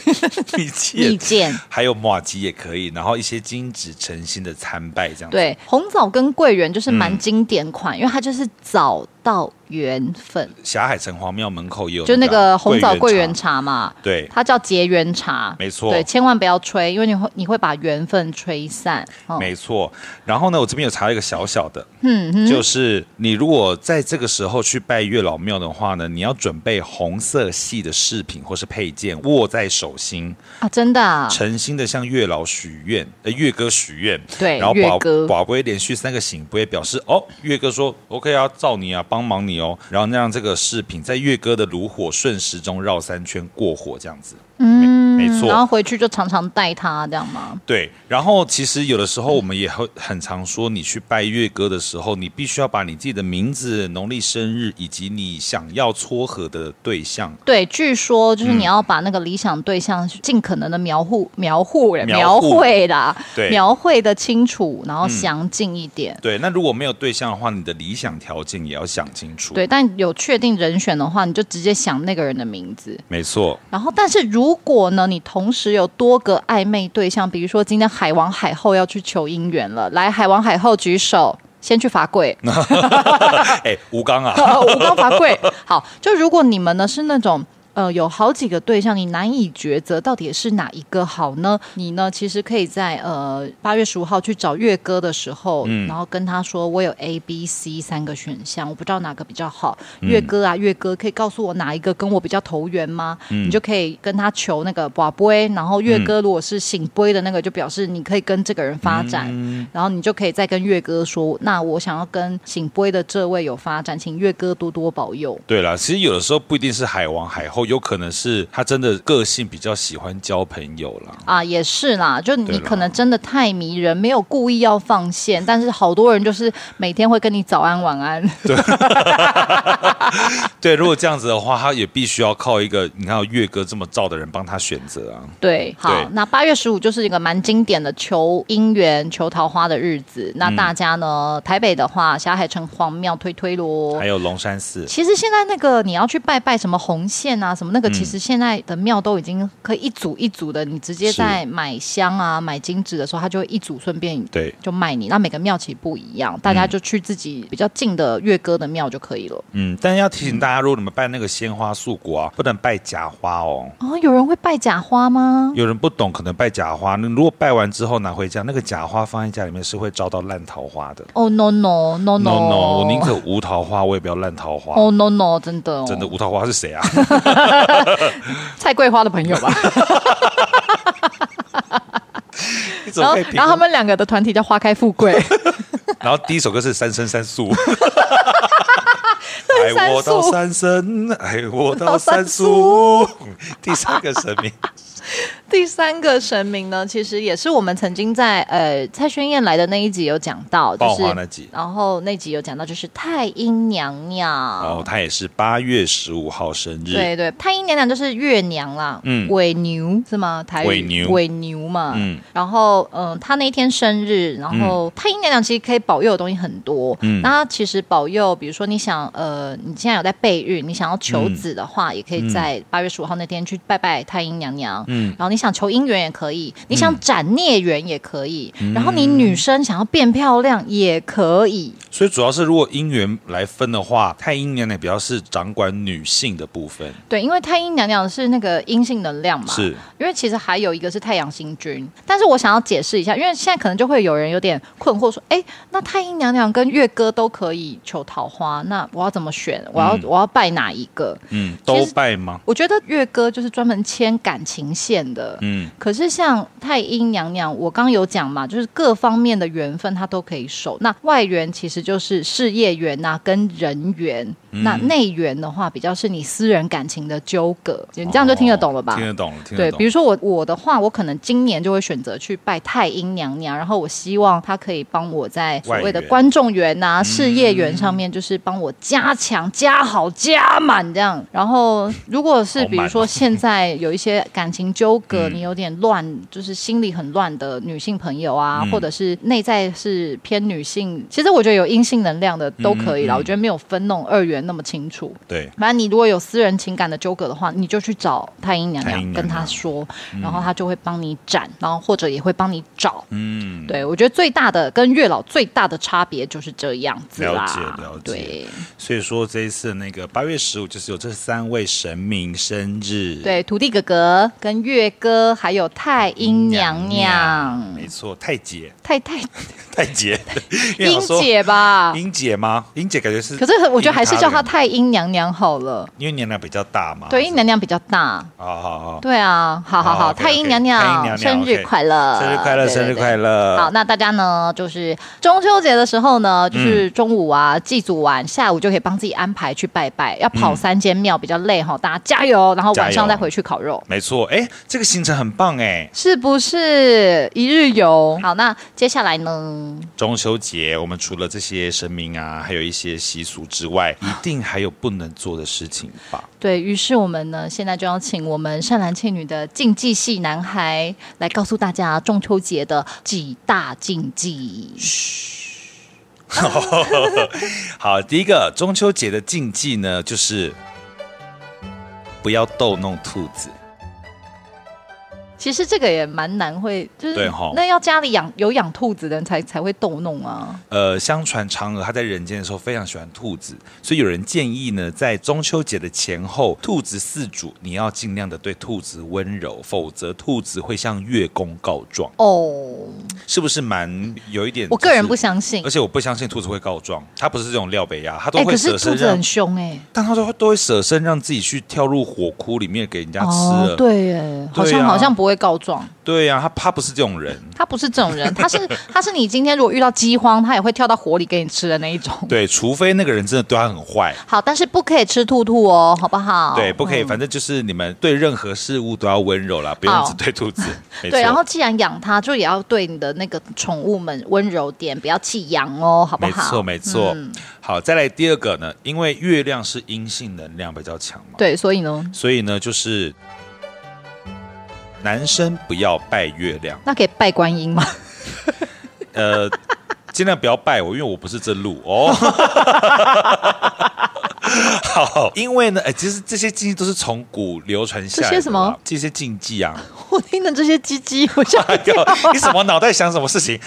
Speaker 3: 蜜饯，
Speaker 2: 蜜饯
Speaker 3: 还有马吉也可以，然后一些精致诚心的参拜这样子。
Speaker 2: 对，红枣跟桂圆就是蛮经典款，因为它就是枣到缘分，
Speaker 3: 霞海城隍庙门口也有，
Speaker 2: 就那个红枣桂
Speaker 3: 圆
Speaker 2: 圆
Speaker 3: 茶，
Speaker 2: 茶嘛，
Speaker 3: 对
Speaker 2: 它叫结缘茶，
Speaker 3: 没错
Speaker 2: 对，千万不要吹，因为你会你会把缘分吹散。哦
Speaker 3: 没错。然后呢，我这边有查了一个小小的，嗯，就是你如果在这个时候去拜月老庙的话呢，你要准备红色系的饰品或是配件，握在手心，
Speaker 2: 啊，真的、啊，
Speaker 3: 诚心的向月老许愿，呃，月哥许愿，
Speaker 2: 对
Speaker 3: 然后
Speaker 2: 月
Speaker 3: 宝
Speaker 2: 哥
Speaker 3: 宝龟连续三个醒杯表示，哦，月哥说 OK 啊，照你啊，帮忙你哦，然后让这个饰品在月哥的炉火顺时钟绕三圈过火，这样子，嗯，没
Speaker 2: 嗯
Speaker 3: 错，
Speaker 2: 然后回去就常常带它这样吗？
Speaker 3: 对，然后其实有的时候我们也会很常说，你去拜月哥的时候，你必须要把你自己的名字、农历生日以及你想要撮合的对象
Speaker 2: 对，据说就是
Speaker 3: 嗯
Speaker 2: 你要把那个理想对象尽可能的描绘、描绘、
Speaker 3: 描
Speaker 2: 描
Speaker 3: 绘
Speaker 2: 绘啦，
Speaker 3: 对嗯
Speaker 2: 描绘的清楚，然后详尽一点。
Speaker 3: 对，那如果没有对象的话，你的理想条件也要想清楚。，
Speaker 2: 对，但有确定人选的话，你就直接想那个人的名字。
Speaker 3: 没错，
Speaker 2: 然后，但是如果呢，你同时有多个暧昧对象，比如说今天海王海后要去求姻缘了，来，海王海后举手，先去罚跪，
Speaker 3: 哎，吴刚啊，
Speaker 2: 呃吴刚罚跪。好，就如果你们呢是那种。呃，有好几个对象，你难以抉择，到底是哪一个好呢？你呢，其实可以在呃八月十五号去找月哥的时候，然后跟他说，我有 A、B、C 三个选项，我不知道哪个比较好。
Speaker 3: 嗯
Speaker 2: 月哥啊，月哥可以告诉我哪一个跟我比较投缘吗？
Speaker 3: 嗯
Speaker 2: 你就可以跟他求那个宝杯，然后月哥如果是醒杯的那个，就表示你可以跟这个人发展。
Speaker 3: 嗯
Speaker 2: 然后你就可以再跟月哥说，那我想要跟醒杯的这位有发展，请月哥多多保佑。
Speaker 3: 对啦，其实有的时候不一定是海王海后，有可能是他真的个性比较喜欢交朋友啦。
Speaker 2: 啊，也是啦，就
Speaker 3: 对
Speaker 2: 你
Speaker 3: 啦
Speaker 2: 可能真的太迷人，没有故意要放线，但是好多人就是每天会跟你早安晚安，
Speaker 3: 对，如果这样子的话，他也必须要靠一个你看月哥这么照的人帮他选择啊。
Speaker 2: 对，好
Speaker 3: 对，
Speaker 2: 那八月十五就是一个蛮经典的求姻缘、求桃花的日子。
Speaker 3: 嗯
Speaker 2: 那大家呢，台北的话，霞海城隍庙推推咯
Speaker 3: 还。有龙山寺，
Speaker 2: 其实现在那个你要去拜拜什么红线啊、啊什么
Speaker 3: 嗯
Speaker 2: 那个，其实现在的庙都已经可以一组一组的，你直接
Speaker 3: 是
Speaker 2: 在买香啊、买金纸的时候，它就会一组顺便
Speaker 3: 对
Speaker 2: 就卖你。那每个庙其实不一样，大家就去自己比较近的月歌的庙就可以了。
Speaker 3: 嗯，但要提醒大家，如果你们拜那个鲜花素果啊，不能拜假花哦。
Speaker 2: 哦，有人会拜假花吗？
Speaker 3: 有人不懂，可能拜假花。那如果拜完之后拿回家，那个假花放在家里面是会招到烂桃花的。
Speaker 2: 哦、no no no no，
Speaker 3: No no，我宁可无桃花，我也不要烂桃花。
Speaker 2: 哦 no no，真的、哦、
Speaker 3: 真的无桃花 是谁啊？
Speaker 2: 蔡桂花的朋友吧。
Speaker 3: 你 怎
Speaker 2: 然
Speaker 3: 么
Speaker 2: 后
Speaker 3: 可以评
Speaker 2: 然后他们两个的团体叫花开富贵，
Speaker 3: 然后第一首歌是《三生三宿》，
Speaker 2: 对
Speaker 3: 爱我到
Speaker 2: 三
Speaker 3: 三生，爱我到三 宿。第三个神明，
Speaker 2: 第三个神明呢，其实也是我们曾经在呃蔡宣燕来的那一集有讲到，就
Speaker 3: 爆
Speaker 2: 是
Speaker 3: 花那集
Speaker 2: 然后那集有讲到就是太阴娘娘，
Speaker 3: 然后他也是八月十五号生日。
Speaker 2: 对对，太阴娘娘就是月娘啦，
Speaker 3: 嗯
Speaker 2: 伪牛是吗？台语
Speaker 3: 伪牛
Speaker 2: 伪牛嘛，
Speaker 3: 嗯
Speaker 2: 然后嗯，她那一天生日，然后太阴娘娘其实可以保佑的东西很多，
Speaker 3: 嗯
Speaker 2: 那她其实保佑，比如说你想呃，你现在有在备孕，你想要求子的话，也可以在八月十五号那天去拜拜太阴娘娘，
Speaker 3: 嗯
Speaker 2: 然后你想求姻缘也可以，你想斩孽缘也可以，
Speaker 3: 嗯
Speaker 2: 然后你女生想要变漂亮也可以，
Speaker 3: 所以主要是如果姻缘来分的话，太阴娘娘比较是掌管女性的部分，
Speaker 2: 对，因为太阴娘娘是那个阴性能量嘛，
Speaker 3: 是
Speaker 2: 因为其实还有一个是太阳星君，但是我想要解释一下，因为现在可能就会有人有点困惑，说，哎，那太阴娘娘跟月哥都可以求桃花，那我要怎么选？我要、我要拜哪一个？
Speaker 3: 嗯，
Speaker 2: 其实
Speaker 3: 都拜吗？
Speaker 2: 我觉得月哥就是专门牵感情线的，
Speaker 3: 嗯，
Speaker 2: 可是像太阴娘娘，我刚有讲嘛，就是各方面的缘分她都可以守。那外缘其实就是事业缘呐、跟人缘；那
Speaker 3: 嗯
Speaker 2: 内缘的话，比较是你私人感情的纠葛。你这样就听得懂了吧？
Speaker 3: 哦听得懂了，听得
Speaker 2: 对，
Speaker 3: 懂。
Speaker 2: 比如说我我的话，我可能今年就会选择去拜太阴娘娘，然后我希望她可以帮我在所谓的
Speaker 3: 外援
Speaker 2: 观众缘呐、事业缘上面，就是帮我加强、加好、加满这样。然后如果是
Speaker 3: 好
Speaker 2: 比
Speaker 3: 满
Speaker 2: 如
Speaker 3: 哦
Speaker 2: 说现在有一些感情纠葛，
Speaker 3: 嗯
Speaker 2: 你有点乱，就是心里很乱的女性朋友啊，
Speaker 3: 嗯
Speaker 2: 或者是内在是偏女性，其实我觉得有阴性能量的都可以啦。
Speaker 3: 嗯嗯嗯
Speaker 2: 我觉得没有分那种二元那么清楚。
Speaker 3: 对，
Speaker 2: 反正你如果有私人情感的纠葛的话，你就去找太阴娘
Speaker 3: 太阴
Speaker 2: 娘
Speaker 3: 娘
Speaker 2: 跟她说，然后她就会帮你斩，然后或者也会帮你找。
Speaker 3: 嗯，
Speaker 2: 对，我觉得最大的跟月老最大的差别就是这样子啦。
Speaker 3: 了解了解
Speaker 2: 对
Speaker 3: 所以说这一次那个八月十五就是有这三位神明生日，
Speaker 2: 对，土地哥哥跟月哥，还有太阴娘娘，
Speaker 3: 没错，太姐，
Speaker 2: 太太
Speaker 3: 太 姐，因为
Speaker 2: 英
Speaker 3: 想说
Speaker 2: 姐吧。
Speaker 3: 英姐吗？英姐感觉是，
Speaker 2: 可是我觉得还是叫她
Speaker 3: 英的感
Speaker 2: 太阴娘娘好了。
Speaker 3: 觉，因为年龄比较大嘛。
Speaker 2: 对，阴娘娘比较大。
Speaker 3: 好好好，
Speaker 2: 对啊，好好
Speaker 3: 好
Speaker 2: 好，
Speaker 3: 哦，OK，OK，
Speaker 2: 太阴娘
Speaker 3: 太阴娘娘
Speaker 2: 生日
Speaker 3: OK
Speaker 2: 快乐，
Speaker 3: 生日快
Speaker 2: 对
Speaker 3: 乐，
Speaker 2: 对
Speaker 3: 生日
Speaker 2: 对
Speaker 3: 快乐！
Speaker 2: 好，，那大家呢，就是中秋节的时候呢，就是中午啊，祭祖完，下午就可以帮自己安排去拜拜，要跑三间庙比较累哈，大家加油，然后晚
Speaker 3: 加
Speaker 2: 上
Speaker 3: 油
Speaker 2: 再回去烤肉。
Speaker 3: 没错，哎，这个行程很棒哎。
Speaker 2: 是不是一日游？好，那接下来呢？
Speaker 3: 中秋节我们除了这些神明啊，还有一些习俗之外，一定还有不能做的事情吧？
Speaker 2: 对于是，我们呢现在就要请我们善男信女的禁忌系男孩来告诉大家中秋节的几大禁忌。
Speaker 3: 好，第一个中秋节的禁忌呢，就是不要逗弄兔子。
Speaker 2: 其实这个也蛮难会，就是
Speaker 3: 对吼
Speaker 2: 那要家里养有养兔子的人才才会逗弄啊。
Speaker 3: 呃，相传嫦娥她在人间的时候非常喜欢兔子，所以有人建议呢，在中秋节的前后，兔子饲主你要尽量的对兔子温柔，否则兔子会向月宫告状，
Speaker 2: 哦，
Speaker 3: 是不是蛮有一点、
Speaker 2: 我个人不，相信
Speaker 3: 而。且我不相信兔子会告状，它不是这种廖北亚，它
Speaker 2: 哎、
Speaker 3: 都会
Speaker 2: 可是
Speaker 3: 舍
Speaker 2: 兔
Speaker 3: 身
Speaker 2: 子
Speaker 3: 让，
Speaker 2: 很凶哎、
Speaker 3: 但它都会都会舍身让自己去跳入火窟里面给人家吃了。
Speaker 2: 哦对耶，好像、
Speaker 3: 对啊
Speaker 2: 好像不会告状。
Speaker 3: 对呀、它它不是这种人。
Speaker 2: 他不是这种人，他是他是你今天如果遇到饥荒，他也会跳到火里给你吃的那一种。
Speaker 3: 对，除非那个人真的对他很坏，
Speaker 2: 好，但是不可以吃兔兔哦，好不好？嗯
Speaker 3: 对，不可以，反正就是你们对任何事物都要温柔啦，不用只对 兔子。没
Speaker 2: 对，
Speaker 3: 错
Speaker 2: 然后既然养它，就也要对你的那个宠物们温柔点，不要弃养哦，好不
Speaker 3: 没
Speaker 2: 好？嗯
Speaker 3: 错，没错。好，再来第二个呢，因为月亮是阴性能量比较强嘛，
Speaker 2: 对，所以呢，
Speaker 3: 所以呢，就是男生不要拜月亮，
Speaker 2: 那可以拜观音吗？
Speaker 3: 呃，尽量不要拜我，因为我不是这路哦。好，因为呢，哎，其实这些禁忌都是从古流传下来
Speaker 2: 这
Speaker 3: 的啦。
Speaker 2: 些什么？
Speaker 3: 这些禁忌啊！
Speaker 2: 我听的这些鸡鸡，我 想
Speaker 3: 哎呦，你什么脑袋想什么事情？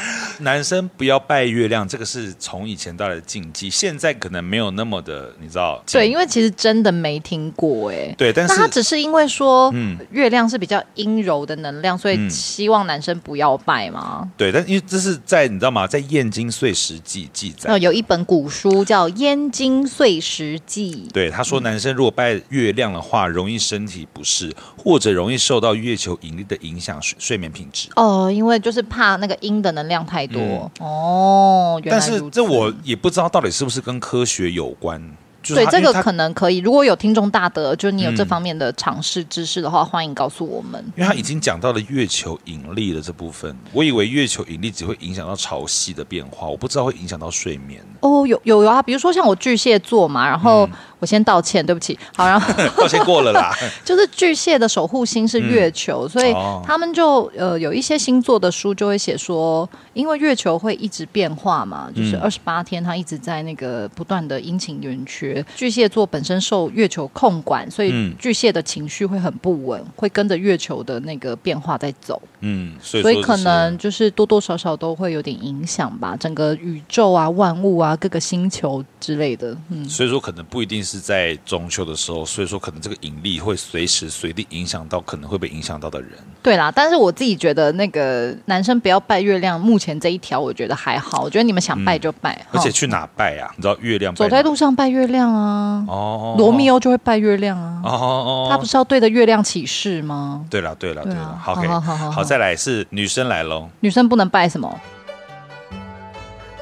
Speaker 3: 男生不要拜月亮，这个是从以前到来的禁忌，现在可能没有那么的，你知道？
Speaker 2: 对，因为其实真的没听过哎、
Speaker 3: 对，但
Speaker 2: 那他
Speaker 3: 是
Speaker 2: 只是因为说，
Speaker 3: 嗯
Speaker 2: 月亮是比较阴柔的能量，所以希望男生不要拜嘛。
Speaker 3: 对，但因为这是在你知道吗？在《燕京岁时记》记载
Speaker 2: 那、，哦有一本古书叫《燕京岁时记》，
Speaker 3: 对，他说男生如果拜月亮的话，容易身体不适，或者容易受到月球引力的影响，睡睡眠品质。
Speaker 2: 哦，因为就是怕那个阴的能量太多、哦。原来
Speaker 3: 嗯但是
Speaker 2: 如此
Speaker 3: 这我也不知道到底是不是跟科学有关。就是
Speaker 2: 对
Speaker 3: 它、
Speaker 2: 这
Speaker 3: 因为
Speaker 2: 个
Speaker 3: 它
Speaker 2: 可能可以，如果有听众大德，就是你有这
Speaker 3: 嗯
Speaker 2: 方面的尝试知识的话，欢迎告诉我们。
Speaker 3: 因为他已经讲到了月球引力的这部分，我以为月球引力只会影响到潮汐的变化，我不知道会影响到睡眠。
Speaker 2: 哦，有有有啊，比如说像我巨蟹座嘛，然
Speaker 3: 嗯
Speaker 2: 后我先道歉，对不起，好，然后
Speaker 3: 抱歉过了啦，
Speaker 2: 就是巨蟹的守护星是月球，所以
Speaker 3: 哦
Speaker 2: 他们就呃有一些星座的书就会写说，因为月球会一直变化嘛，
Speaker 3: 嗯
Speaker 2: 就是二十八天它一直在那个不断的阴晴圆缺。巨蟹座本身受月球控管，所以
Speaker 3: 嗯
Speaker 2: 巨蟹的情绪会很不稳，会跟着月球的那个变化在走，
Speaker 3: 嗯，所以
Speaker 2: 所
Speaker 3: 说
Speaker 2: 以可
Speaker 3: 就是
Speaker 2: 能就是多多少少都会有点影响吧，整个宇宙啊、万物啊、各个星球之类的，嗯。
Speaker 3: 所以说可能不一定是在中秋的时候，所以说可能这个引力会随时随地影响到可能会被影响到的人。
Speaker 2: 对啦，但是我自己觉得那个男生不要拜月亮，目前这一条我觉得还好，我觉得你们想拜就拜，
Speaker 3: 而且
Speaker 2: 哈
Speaker 3: 去哪拜啊？你知道月亮拜
Speaker 2: 走在
Speaker 3: 哪
Speaker 2: 路上拜月亮啊，
Speaker 3: 哦，
Speaker 2: 罗密欧就会拜月亮啊，
Speaker 3: 哦哦哦，
Speaker 2: 他不是要对着月亮起誓吗？
Speaker 3: 对了对了
Speaker 2: 对
Speaker 3: 对
Speaker 2: 啊
Speaker 3: 了，
Speaker 2: 好
Speaker 3: OK，
Speaker 2: 好好好好
Speaker 3: 再来是女生来喽，
Speaker 2: 女生不能拜什么？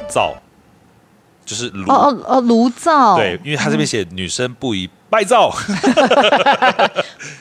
Speaker 3: 灶就是炉
Speaker 2: 哦哦哦，嗯炉灶。
Speaker 3: 嗯对，，因为他这边写女生不宜拜灶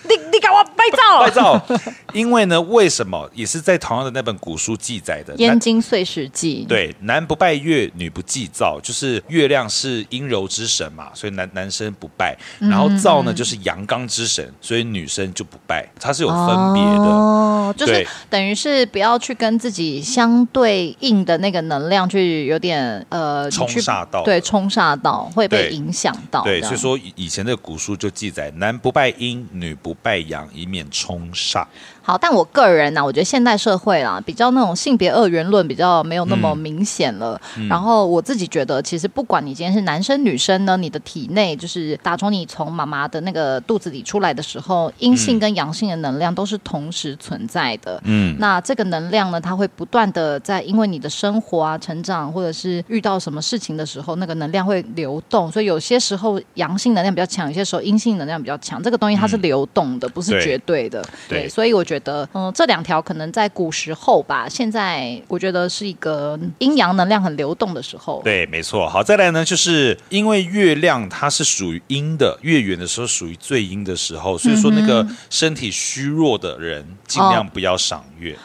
Speaker 2: 你你给我拜灶。
Speaker 3: 拜灶，因为呢，为什么也是在同样的那本古书记载的，
Speaker 2: 燕
Speaker 3: 男
Speaker 2: 京碎石记。，
Speaker 3: 对男不拜月，女不祭灶，就是月亮是阴柔之神嘛，所以男男生不拜，然后灶呢就是阳刚之神，所以女生就不拜，它是有分别的。
Speaker 2: 哦，就是
Speaker 3: 对
Speaker 2: 等于是不要去跟自己相对应的那个能量去有点呃你
Speaker 3: 冲
Speaker 2: 去
Speaker 3: 煞到
Speaker 2: 对，冲煞到会被
Speaker 3: 对
Speaker 2: 影响到这
Speaker 3: 对，
Speaker 2: 样。
Speaker 3: 所以说以以前的古书就记载，男不拜阴，女不拜阳，以免冲煞。
Speaker 2: 好，但我个人啊呢、我觉得现代社会啦，比较那种性别二元论比较没有那
Speaker 3: 嗯
Speaker 2: 么明显了。然后我自己觉得，其实不管你今天是男生女生呢，你的体内就是打从你从妈妈的那个肚子里出来的时候，阴性跟阳性的能量都是同时存在的。
Speaker 3: 嗯，
Speaker 2: 那这个能量呢，它会不断的在因为你的生活啊、成长，或者是遇到什么事情的时候，那个能量会流动。所以有些时候阳性能量比较强，有些时候阴性能量比较强。这个东西它是流动的，不是
Speaker 3: 嗯对
Speaker 2: 绝对的。
Speaker 3: 对
Speaker 2: 所以我觉得，嗯，这两条可能在古时候吧，现在我觉得是一个阴阳能量很流动的时候。
Speaker 3: 对，没错。好，再来呢，就是因为月亮它是属于阴的，月圆的时候属于最阴的时候，所以说那
Speaker 2: 嗯
Speaker 3: 个身体虚弱的人尽量
Speaker 2: 哦
Speaker 3: 不要赏月。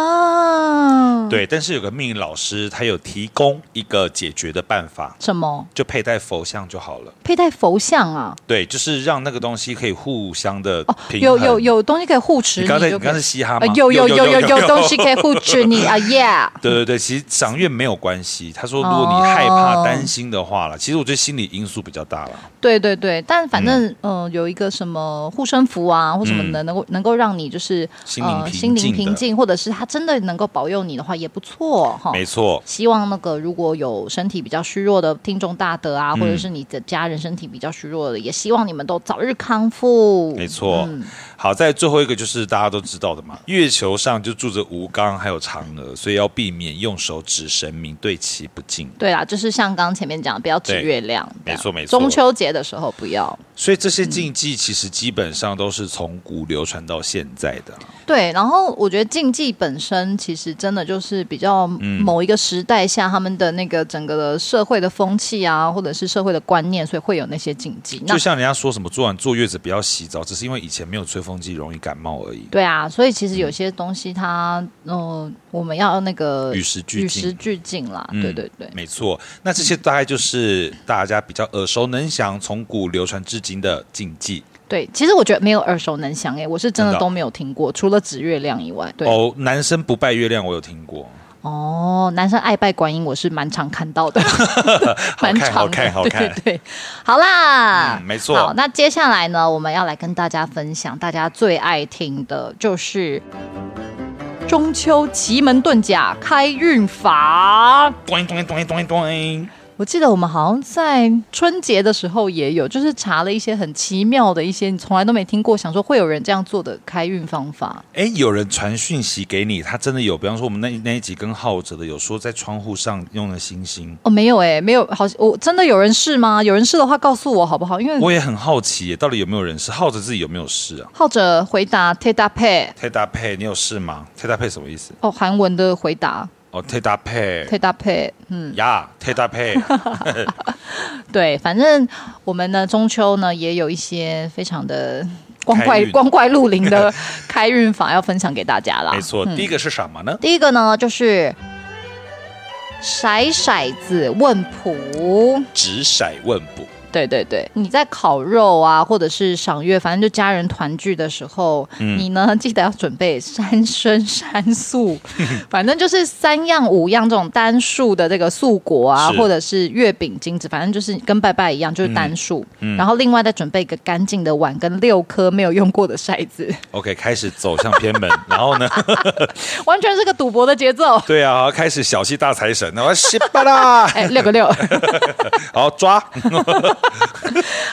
Speaker 2: 哈，，
Speaker 3: 对，但是有个命理老师他有提供一个解决的办法，
Speaker 2: 什么
Speaker 3: 就佩戴佛像就好了。
Speaker 2: 佩戴佛像啊？
Speaker 3: 对，就是让那个东西可以互相的
Speaker 2: 哦，
Speaker 3: 平衡。
Speaker 2: 有有。有东西可以护持
Speaker 3: 你
Speaker 2: 你
Speaker 3: 刚才
Speaker 2: 就
Speaker 3: 你
Speaker 2: 可以
Speaker 3: 刚才嘻哈
Speaker 2: 呃
Speaker 3: 吗？
Speaker 2: 有有有有有东西可以护持你啊，Yeah。
Speaker 3: 对对对，其实赏月没有关系。他说，如果你害
Speaker 2: 哦
Speaker 3: 怕、担心的话了，其实我觉得心理因素比较大了。
Speaker 2: 对对对，但反正嗯、呃有一个什么护身符啊，或什么能能够能够让你就是
Speaker 3: 嗯
Speaker 2: 呃
Speaker 3: 心灵平
Speaker 2: 心灵
Speaker 3: 静的
Speaker 2: 平静，或者是它真的能够保佑你的话，也不错哈。
Speaker 3: 没错，
Speaker 2: 希望那个如果有身体比较虚弱的听众大德啊，
Speaker 3: 嗯
Speaker 2: 或者是你的家人身体比较虚弱的，也希望你们都早日康复。
Speaker 3: 没错，
Speaker 2: 嗯
Speaker 3: 好在最后一个就是大家都知道的嘛，月球上就住着吴刚还有嫦娥，所以要避免用手指神明，对其不敬。
Speaker 2: 对啦，就是像刚刚前面讲的，不要指
Speaker 3: 对
Speaker 2: 月亮。
Speaker 3: 没错
Speaker 2: 这样
Speaker 3: 没错
Speaker 2: 中秋节的时候不要。
Speaker 3: 所以这些禁忌其实基本上都是从古流传到现在的。
Speaker 2: 对，然后我觉得竞技本身其实真的就是比较
Speaker 3: 嗯
Speaker 2: 某一个时代下他们的那个整个的社会的风气啊，或者是社会的观念，所以会有那些禁忌。那
Speaker 3: 就像人家说什么坐完坐月子不要洗澡，只是因为以前没有吹风机容易感冒而已。
Speaker 2: 对啊，所以其
Speaker 3: 嗯
Speaker 2: 实有些东西它，嗯、我们要那个
Speaker 3: 与时俱进
Speaker 2: 与时俱进啦。
Speaker 3: 嗯
Speaker 2: 对对对，
Speaker 3: 没错，那这些大概就是大家比较耳熟能详，从古流传至今的禁忌。
Speaker 2: 对，其实我觉得没有耳熟能详诶、我是真的
Speaker 3: 真的哦哦
Speaker 2: 都没有听过，除了指月亮以外。对，
Speaker 3: 哦，男生不拜月亮，我有听过。
Speaker 2: 哦，男生爱拜观音，我是蛮常看到的，
Speaker 3: 好
Speaker 2: 蛮
Speaker 3: 看，好
Speaker 2: 常的
Speaker 3: 看，好看
Speaker 2: 对。对对，好啦，
Speaker 3: 嗯没错
Speaker 2: 好，那接下来呢，我们要来跟大家分享大家最爱听的就是中秋奇门遁甲开运法。
Speaker 3: 咚咚咚咚咚，
Speaker 2: 我记得我们好像在春节的时候也有，就是查了一些很奇妙的一些你从来都没听过，想说会有人这样做的开运方法。
Speaker 3: 哎，有人传讯息给你，他真的有，比方说我们那那一集跟浩哲的有说在窗户上用了星星，
Speaker 2: 哦，没有哎、没有，好，我真的有人试吗？有人试的话，告诉我好不好？因为
Speaker 3: 我也很好奇耶，到底有没有人试？浩哲自己有没有试啊？
Speaker 2: 浩哲回答 t e d a p e
Speaker 3: 贴搭配，你有试吗？贴搭配什么意思？
Speaker 2: 哦，韩文的回答
Speaker 3: 哦，贴搭配
Speaker 2: t e d a p e
Speaker 3: 呀，贴搭配，
Speaker 2: 对，反正我们呢中秋呢也有一些非常的光
Speaker 3: 开
Speaker 2: 怪
Speaker 3: 运
Speaker 2: 光怪陆离 的开运法要分享给大家啦。
Speaker 3: 没错。第一个是什么呢？
Speaker 2: 第一个呢就是骰骰子问卜，
Speaker 3: 掷骰问卜。
Speaker 2: 对对对，你在烤肉啊，或者是赏月，反正就家人团聚的时候，你呢记得要准备三生三素，反正就是三样五样这种单数的这个素果啊，
Speaker 3: 是
Speaker 2: 或者是月饼、金子，反正就是跟拜拜一样，就是单数。然后另外再准备一个干净的碗跟六颗没有用过的筛子，
Speaker 3: OK，开始走向偏门，然后呢？
Speaker 2: 完全是个赌博的节奏。
Speaker 3: 对啊，开始小气大财神， 我要洗吧啦，
Speaker 2: 哎，六个六。
Speaker 3: 好抓。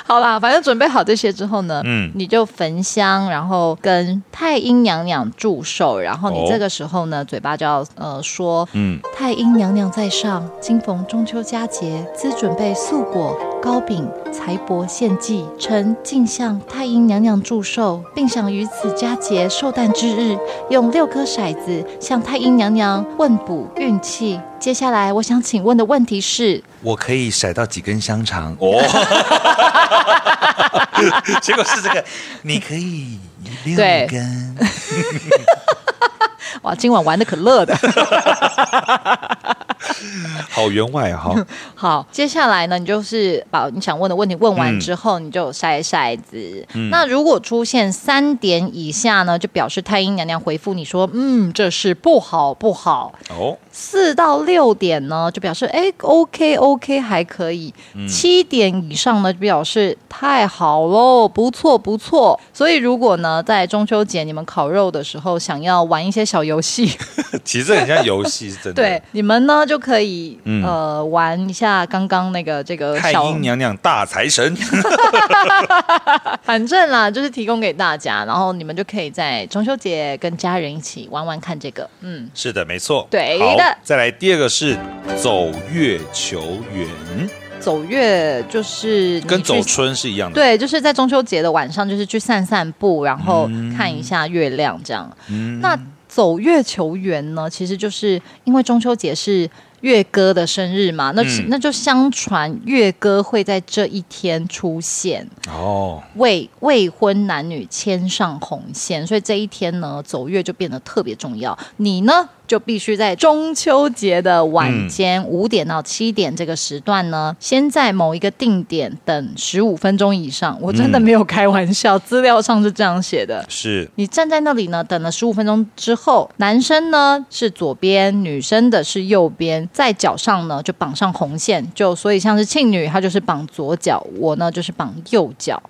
Speaker 2: 好啦，反正准备好这些之后呢，嗯，你就焚香，然后跟太阴娘娘祝寿，然后你
Speaker 3: 哦
Speaker 2: 这个时候呢，嘴巴就要呃说，
Speaker 3: 嗯，
Speaker 2: 太阴娘娘在上，今逢中秋佳节，兹准备素果、糕饼、财帛献祭，臣敬向太阴娘娘祝寿，并想于此佳节寿诞之日，用六颗骰子向太阴娘娘问卜运气。接下来，我想请问的问题是，
Speaker 3: 我可以甩到几根香肠哦。 结果是这个，你可以六
Speaker 2: 对
Speaker 3: 根，
Speaker 2: 哇，今晚玩的可乐的。
Speaker 3: 好员外啊哈、
Speaker 2: 好，接下来呢，你就是把你想问的问题问
Speaker 3: 嗯
Speaker 2: 完之后，你就筛骰子。那如果出现三点以下呢，就表示太阴娘娘回复你说，嗯，这是不好不好。
Speaker 3: 哦，
Speaker 2: 四到六点呢，就表示哎，OK OK 还可以。
Speaker 3: 嗯
Speaker 2: 七点以上呢，就表示太好喽，不错不错。所以如果呢，在中秋节你们烤肉的时候，想要玩一些小游戏。
Speaker 3: 嗯其实这很像游戏，是真的。
Speaker 2: 对，，你们呢就可以、呃玩一下刚刚那个这个
Speaker 3: 嗯太
Speaker 2: 小
Speaker 3: 阴，娘娘大财 神，
Speaker 2: 反正啦，就是提供给大家，然后你们就可以在中秋节跟家人一起玩玩看这个。嗯，
Speaker 3: 是的，没错。
Speaker 2: 对
Speaker 3: 好
Speaker 2: 的
Speaker 3: 再来第二个是走月求圆，
Speaker 2: 走月就是你
Speaker 3: 跟走
Speaker 2: 去
Speaker 3: 春是一样的。
Speaker 2: 对，就是在中秋节的晚上，就是去散散步，然后
Speaker 3: 嗯
Speaker 2: 看一下月亮这样。那走月球圆呢，其实就是因为中秋节是月哥的生日嘛，那、
Speaker 3: 嗯
Speaker 2: 那就相传月哥会在这一天出现。
Speaker 3: 哦，
Speaker 2: 为未婚男女牵上红线，所以这一天呢，走月就变得特别重要。你呢，就必须在中秋节的晚间五点到七点这个时段呢，先在某一个定点等十五分钟以上。我真的没有开玩笑，资料上是这样写的。
Speaker 3: 是
Speaker 2: 你站在那里呢，等了十五分钟之后，男生呢是左边，女生的是右边，在脚上呢就绑上红线，就所以像是庆女，她就是绑左脚，我呢就是绑右脚。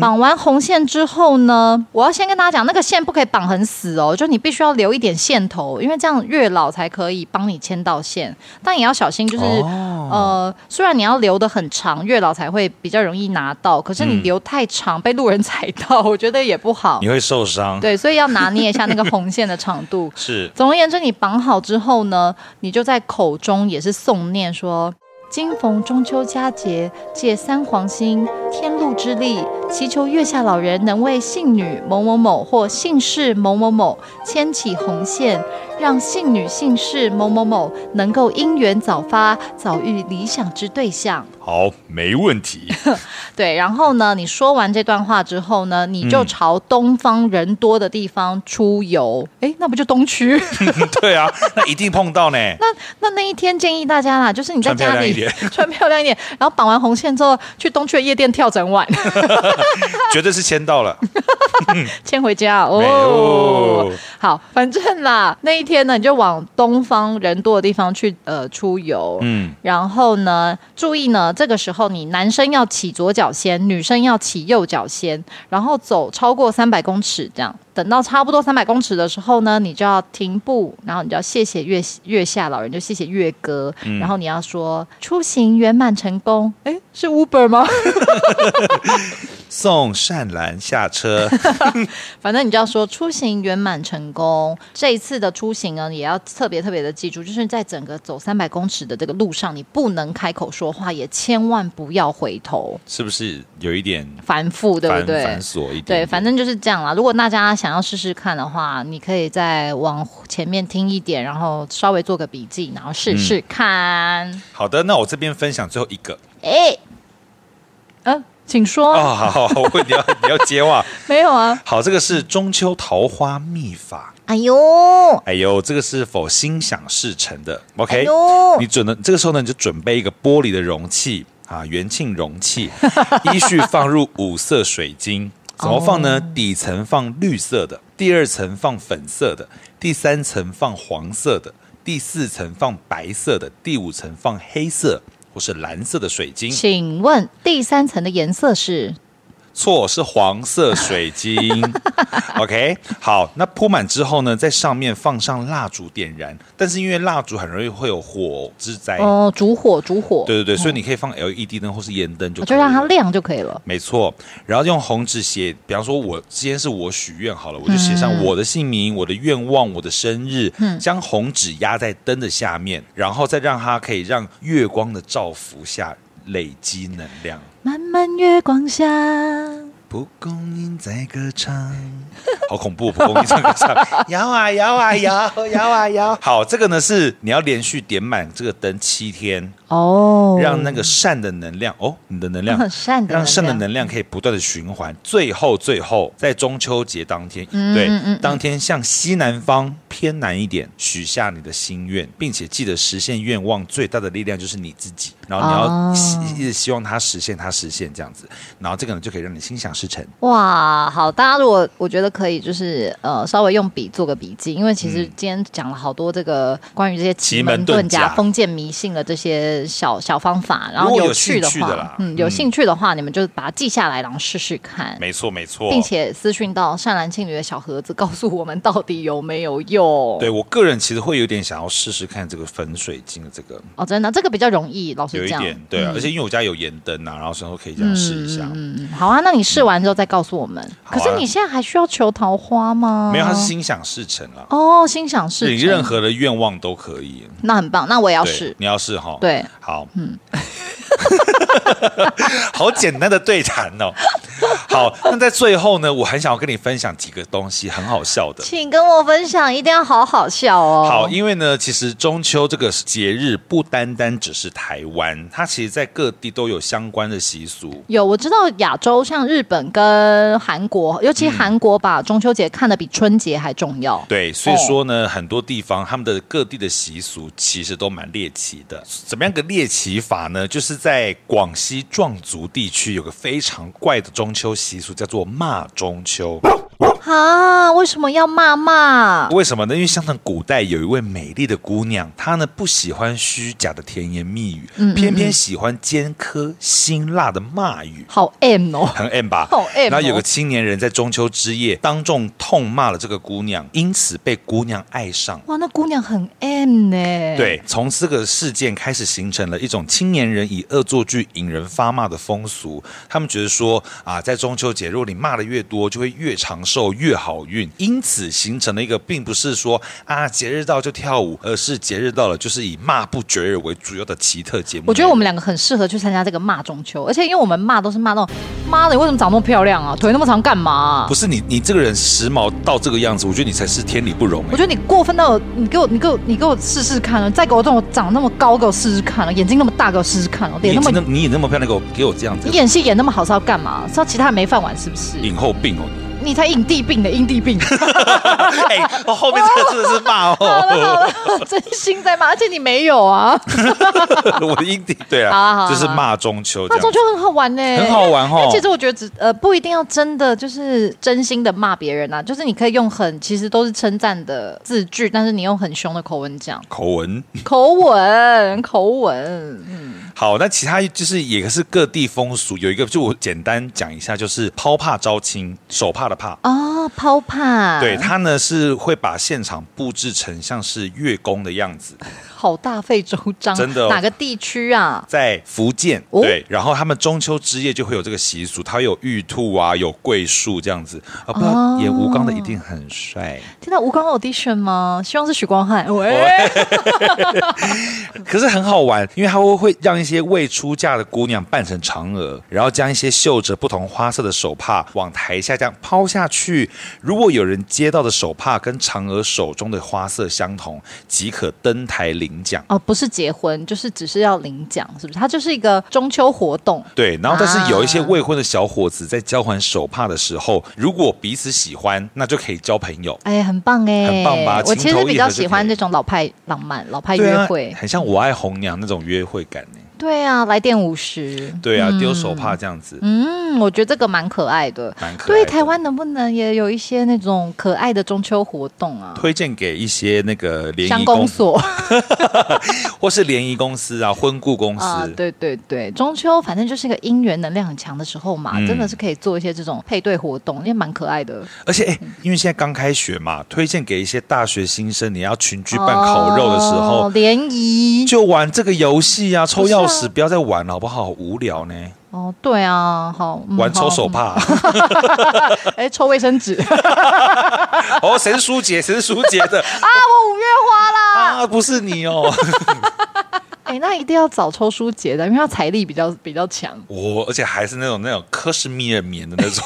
Speaker 2: 绑完红线之后呢，我要先跟大家讲，那个线不可以绑很死哦，就你必须要留一点线头，因为这样月老才可以帮你牵到线，但也要小心，就是、呃，虽然你要留的很长，月老才会比较容易拿到，可是你留太长、被路人踩到，我觉得也不好
Speaker 3: 你。会受伤。。
Speaker 2: 对，所以要拿捏一下那个红线的长度
Speaker 3: 是
Speaker 2: 嗯 总而言之，你绑好之后呢，你就在口中也是诵念说：“今逢中秋佳节，借三皇星天禄之力，祈求月下老人能为信女某某某或姓氏某某某牵起红线，让信女姓氏某某某能够姻缘早发，早遇理想之对象。”
Speaker 3: 好，没问题。
Speaker 2: 对，然后呢，你说完这段话之后呢，你
Speaker 3: 嗯
Speaker 2: 就朝东方人多的地方出游。诶，那不就东区？
Speaker 3: 对啊，那一定碰到呢。
Speaker 2: 那那那一天建议大家啦，就是你在
Speaker 3: 穿漂
Speaker 2: 家
Speaker 3: 亮一
Speaker 2: 里
Speaker 3: 点，
Speaker 2: 穿漂亮一点，然后绑完红线之后去东区的夜店跳整晚，
Speaker 3: 绝对是签到了。
Speaker 2: 牵回家
Speaker 3: 没
Speaker 2: 哦
Speaker 3: 有。
Speaker 2: 好，反正啦，那一天呢，你就往东方人多的地方去呃出游，
Speaker 3: 嗯，
Speaker 2: 然后呢，注意呢，这个时候你男生要起左脚先，女生要起右脚先，然后走超过三百公尺这样。等到差不多三百公尺的时候呢，你就要停步，然后你就要谢谢月月下老人，就谢谢月哥，然后你要说出行圆满成功。嗯诶，是 Uber 吗？
Speaker 3: 送善兰 下车，
Speaker 2: 反正你就要说出行圆满成功。这一次的出行呢，也要特别特别的记住，就是在整个走三百公尺的这个路上，你不能开口说话，也千万不要回头。
Speaker 3: 是不是有一点
Speaker 2: 繁复，对
Speaker 3: 繁
Speaker 2: 不对
Speaker 3: 繁？琐一点
Speaker 2: 对，
Speaker 3: 点？
Speaker 2: 反正就是这样啦。如果大家想要试试看的话，你可以再往前面听一点，然后稍微做个笔记，然后试试看。
Speaker 3: 好的。那我这边分享最后一个
Speaker 2: 哎、嗯、请说。
Speaker 3: 哦，好好，好我问你要你要接话。
Speaker 2: 没有啊？
Speaker 3: 好，这个是中秋桃花秘法。
Speaker 2: 哎呦，
Speaker 3: 哎呦，这个是否心想事成的
Speaker 2: 哎
Speaker 3: ？OK，、
Speaker 2: 呦
Speaker 3: 你准的这个时候呢，你就准备一个玻璃的容器啊，元庆容器，依序放入五色水晶。怎么放呢？底层放绿色的，第二层放粉色的，第三层放黄色的，第四层放白色的，第五层放黑色或是蓝色的水晶。
Speaker 2: 请问第三层的颜色是？
Speaker 3: 错，是黄色水晶。OK，好，那铺满之后呢，在上面放上蜡烛点燃，但是因为蜡烛很容易会有火之灾，
Speaker 2: 哦，烛火，烛火，
Speaker 3: 哎对对对，所以你可以放 LED 灯或是烟灯就
Speaker 2: 我嗯哦
Speaker 3: 可
Speaker 2: 就
Speaker 3: 以
Speaker 2: 让它
Speaker 3: 了
Speaker 2: 亮就可以了。
Speaker 3: 没错，然后用红纸写，比方说我今天是我许愿好了，
Speaker 2: 嗯
Speaker 3: 我就写上我的姓名、我的愿望、我的生日，
Speaker 2: 嗯
Speaker 3: 将红纸压在灯的下面，然后再让它可以让月光的照拂下累积能量。
Speaker 2: 漫漫月光下，
Speaker 3: 蒲公英在歌唱， 好恐怖！蒲公英在歌唱， 摇啊摇啊摇，摇啊摇。好，这个呢是你要连续点满这个灯七天，
Speaker 2: 哦，
Speaker 3: 让那个善的能量哦，你的能量
Speaker 2: 善的
Speaker 3: 让善的
Speaker 2: 嗯能量
Speaker 3: 能量可以不断的循环，最后最后在中秋节当天，
Speaker 2: 嗯
Speaker 3: 对，当天向西南方偏南一点许下你的心愿，并且记得实现愿望最大的力量就是你自己，然后你
Speaker 2: 哦
Speaker 3: 要希、一直希望它实现，它实现这样子，然后这个呢就可以让你心想事成。
Speaker 2: 哇，好，大家如果我觉得可以，就是呃，稍微用笔做个笔记，因为其实今天讲了好多这个关于这些奇
Speaker 3: 嗯奇门
Speaker 2: 门遁
Speaker 3: 遁
Speaker 2: 甲、
Speaker 3: 甲
Speaker 2: 封建迷信的这些小小方法，然后
Speaker 3: 如果有
Speaker 2: 趣的
Speaker 3: 兴趣的
Speaker 2: 话
Speaker 3: 啦，
Speaker 2: 嗯，有
Speaker 3: 嗯
Speaker 2: 兴趣的话，你们就把它记下来，然后试试看。
Speaker 3: 没错，没错，
Speaker 2: 并且私讯到善男信女的小盒子，告诉我们到底有没有用。
Speaker 3: 对我个人其实会有点想要试试看这个粉水晶的这个，
Speaker 2: 哦，真的，这个比较容易，老
Speaker 3: 有
Speaker 2: 实
Speaker 3: 一
Speaker 2: 讲
Speaker 3: 点，对啊，而且因为我家有盐灯啊，然后想说可以这样试一下。
Speaker 2: 嗯，好啊，那你试完之后再告诉我们。
Speaker 3: 好
Speaker 2: 可
Speaker 3: 啊
Speaker 2: 是你现在还需要求桃花吗？
Speaker 3: 没有，它是心想事成啊，
Speaker 2: 哦，心想事嗯
Speaker 3: 是
Speaker 2: 哦成，
Speaker 3: 你任何的愿望都可以。
Speaker 2: 那很棒，那我也要
Speaker 3: 对
Speaker 2: 试。
Speaker 3: 你要试哈。
Speaker 2: 对，
Speaker 3: 好，嗯， 好简单的对谈哦。好，那在最后呢，我很想要跟你分享几个东西，很好笑的。
Speaker 2: 请跟我分享，一定要好好笑哦。
Speaker 3: 好，因为呢，其实中秋这个节日不单单只是台湾，它其实在各地都有相关的习俗。
Speaker 2: 有我知道亚洲像日本跟韩国，尤其韩国把中秋节看得比春节还重要。
Speaker 3: 嗯对，所以
Speaker 2: 哦
Speaker 3: 说呢，很多地方他们的各地的习俗其实都蛮猎奇的。怎么样个猎奇法呢？就是在广西壮族地区有个非常怪的中秋习俗，叫做骂中秋。
Speaker 2: 啊，为什么要骂骂？
Speaker 3: 为什么呢？因为相传古代有一位美丽的姑娘，她呢不喜欢虚假的甜言蜜语，
Speaker 2: 嗯
Speaker 3: 偏偏喜欢尖刻辛辣的骂语。
Speaker 2: 好 M 哦，
Speaker 3: 很 M 吧，
Speaker 2: 好 M 哦
Speaker 3: 然后有个青年人在中秋之夜当众痛骂了这个姑娘，因此被姑娘爱上。
Speaker 2: 哇，那姑娘很 M 呢、，
Speaker 3: 对，从这个事件开始形成了一种青年人以恶作剧引人发骂的风俗。他们觉得说啊，在中秋节，如果你骂的越多，就会越长寿、越好运。因此形成了一个，并不是说啊节日到就跳舞，而是节日到了就是以骂不绝人为主要的奇特节目。
Speaker 2: 我觉得我们两个很适合去参加这个骂中秋，而且因为我们骂都是骂那种，妈的，你为什么长那么漂亮啊？腿那么长干嘛啊、
Speaker 3: 不是你，你这个人时髦到这个样子，我觉得你才是天理不容、
Speaker 2: 我
Speaker 3: 欸。
Speaker 2: 觉得你过分到有，你给我，你给我，你给我试试看啊！再给我这种长那么高，给我试试看啊！眼睛那么大，给我试试看啊！
Speaker 3: 你
Speaker 2: 脸那么
Speaker 3: 真的你也那么漂亮，给我给我这样子
Speaker 2: 你，演戏演那么好是要干嘛？是要其他人没饭碗是不是？
Speaker 3: 影后病哦你。
Speaker 2: 你才影帝病的影帝病，
Speaker 3: 哎、我后面这个真的是骂
Speaker 2: 好了好
Speaker 3: 哦，
Speaker 2: 了，真心在骂，而且你没有啊。
Speaker 3: 我的阴蒂对
Speaker 2: 好啊好
Speaker 3: 啊，
Speaker 2: 啊
Speaker 3: 就是骂中秋这
Speaker 2: 那啊中
Speaker 3: 样
Speaker 2: 秋。很好玩呢、
Speaker 3: 很好玩哦
Speaker 2: 因为其实我觉得只呃不一定要真的就是真心的骂别人啊，就是你可以用很其实都是称赞的字句，但是你用很凶的口吻 讲，
Speaker 3: 口吻
Speaker 2: 口吻口吻，嗯，
Speaker 3: 好，那其他就是也是各地风俗，有一个就我简单讲一下，就是抛帕招亲，手帕的帕，
Speaker 2: 哦，抛帕，
Speaker 3: 对，它呢是会把现场布置成像是月宫的样子，
Speaker 2: 好大费周章，
Speaker 3: 真的哦
Speaker 2: 哪个地区啊？
Speaker 3: 在福建，
Speaker 2: 哦
Speaker 3: 对，然后他们中秋之夜就会有这个习俗，它有玉兔啊，有桂树这样子啊，不知
Speaker 2: 哦
Speaker 3: 道演吴刚的一定很帅，
Speaker 2: 听到吴刚 audition 吗？希望是许光 汉。喂，
Speaker 3: 可是很好玩，因为它会会让一些未出嫁的姑娘扮成嫦娥，然后将一些绣着不同花色的手帕往台下这样抛下去，如果有人接到的手帕跟嫦娥手中的花色相同，即可登台领奖。
Speaker 2: 哦，不是结婚，就是只是要领奖，是不是？它就是一个中秋活动。
Speaker 3: 对，然后但是有一些
Speaker 2: 啊
Speaker 3: 未婚的小伙子在交换手帕的时候，如果彼此喜欢，那就可以交朋友。
Speaker 2: 哎，很棒哎，
Speaker 3: 很棒吧
Speaker 2: 我其
Speaker 3: 情
Speaker 2: 实
Speaker 3: 投
Speaker 2: 比
Speaker 3: 意
Speaker 2: 较
Speaker 3: 合就
Speaker 2: 喜
Speaker 3: 可
Speaker 2: 欢
Speaker 3: 以
Speaker 2: 这种老派浪漫、老派
Speaker 3: 对
Speaker 2: 约
Speaker 3: 啊
Speaker 2: 会，。
Speaker 3: 很像我爱红娘那种约会感呢。
Speaker 2: 对啊，来电五十。
Speaker 3: 对啊，丢手帕这样子，
Speaker 2: 嗯，我觉得这个蛮可爱的。
Speaker 3: 蛮可
Speaker 2: 嗯
Speaker 3: 爱
Speaker 2: 对，
Speaker 3: 的。
Speaker 2: 台湾能不能也有一些那种可爱的中秋活动啊？
Speaker 3: 推荐给一些那个联
Speaker 2: 乡
Speaker 3: 谊公
Speaker 2: 公所
Speaker 3: 或是联谊公司啊、婚顾公 司。
Speaker 2: 啊，对对对，中秋反正就是一个姻缘能量很强的时候嘛，
Speaker 3: 嗯
Speaker 2: 真的是可以做一些这种配对活动，也蛮可爱的。
Speaker 3: 而且，哎、因为现在刚开学嘛，推荐给一些大学新生，你要群聚办烤肉的时候。
Speaker 2: 哦联谊
Speaker 3: 就玩这个游戏啊，抽
Speaker 2: 不是啊
Speaker 3: 钥匙不要再玩了，好不好？好无聊呢，
Speaker 2: 哦，对啊，好嗯
Speaker 3: 玩抽
Speaker 2: 好
Speaker 3: 手
Speaker 2: 嗯
Speaker 3: 帕。
Speaker 2: 哎，抽卫生纸啊，
Speaker 3: 哦，谁是舒杰？谁是舒杰 的？
Speaker 2: 我五月花啦。
Speaker 3: 啊，不是你哦，
Speaker 2: 哎、那一定要找抽书节的，因为他财力比较比较强。
Speaker 3: 我而且还是那种那种科什米尔棉的那 种，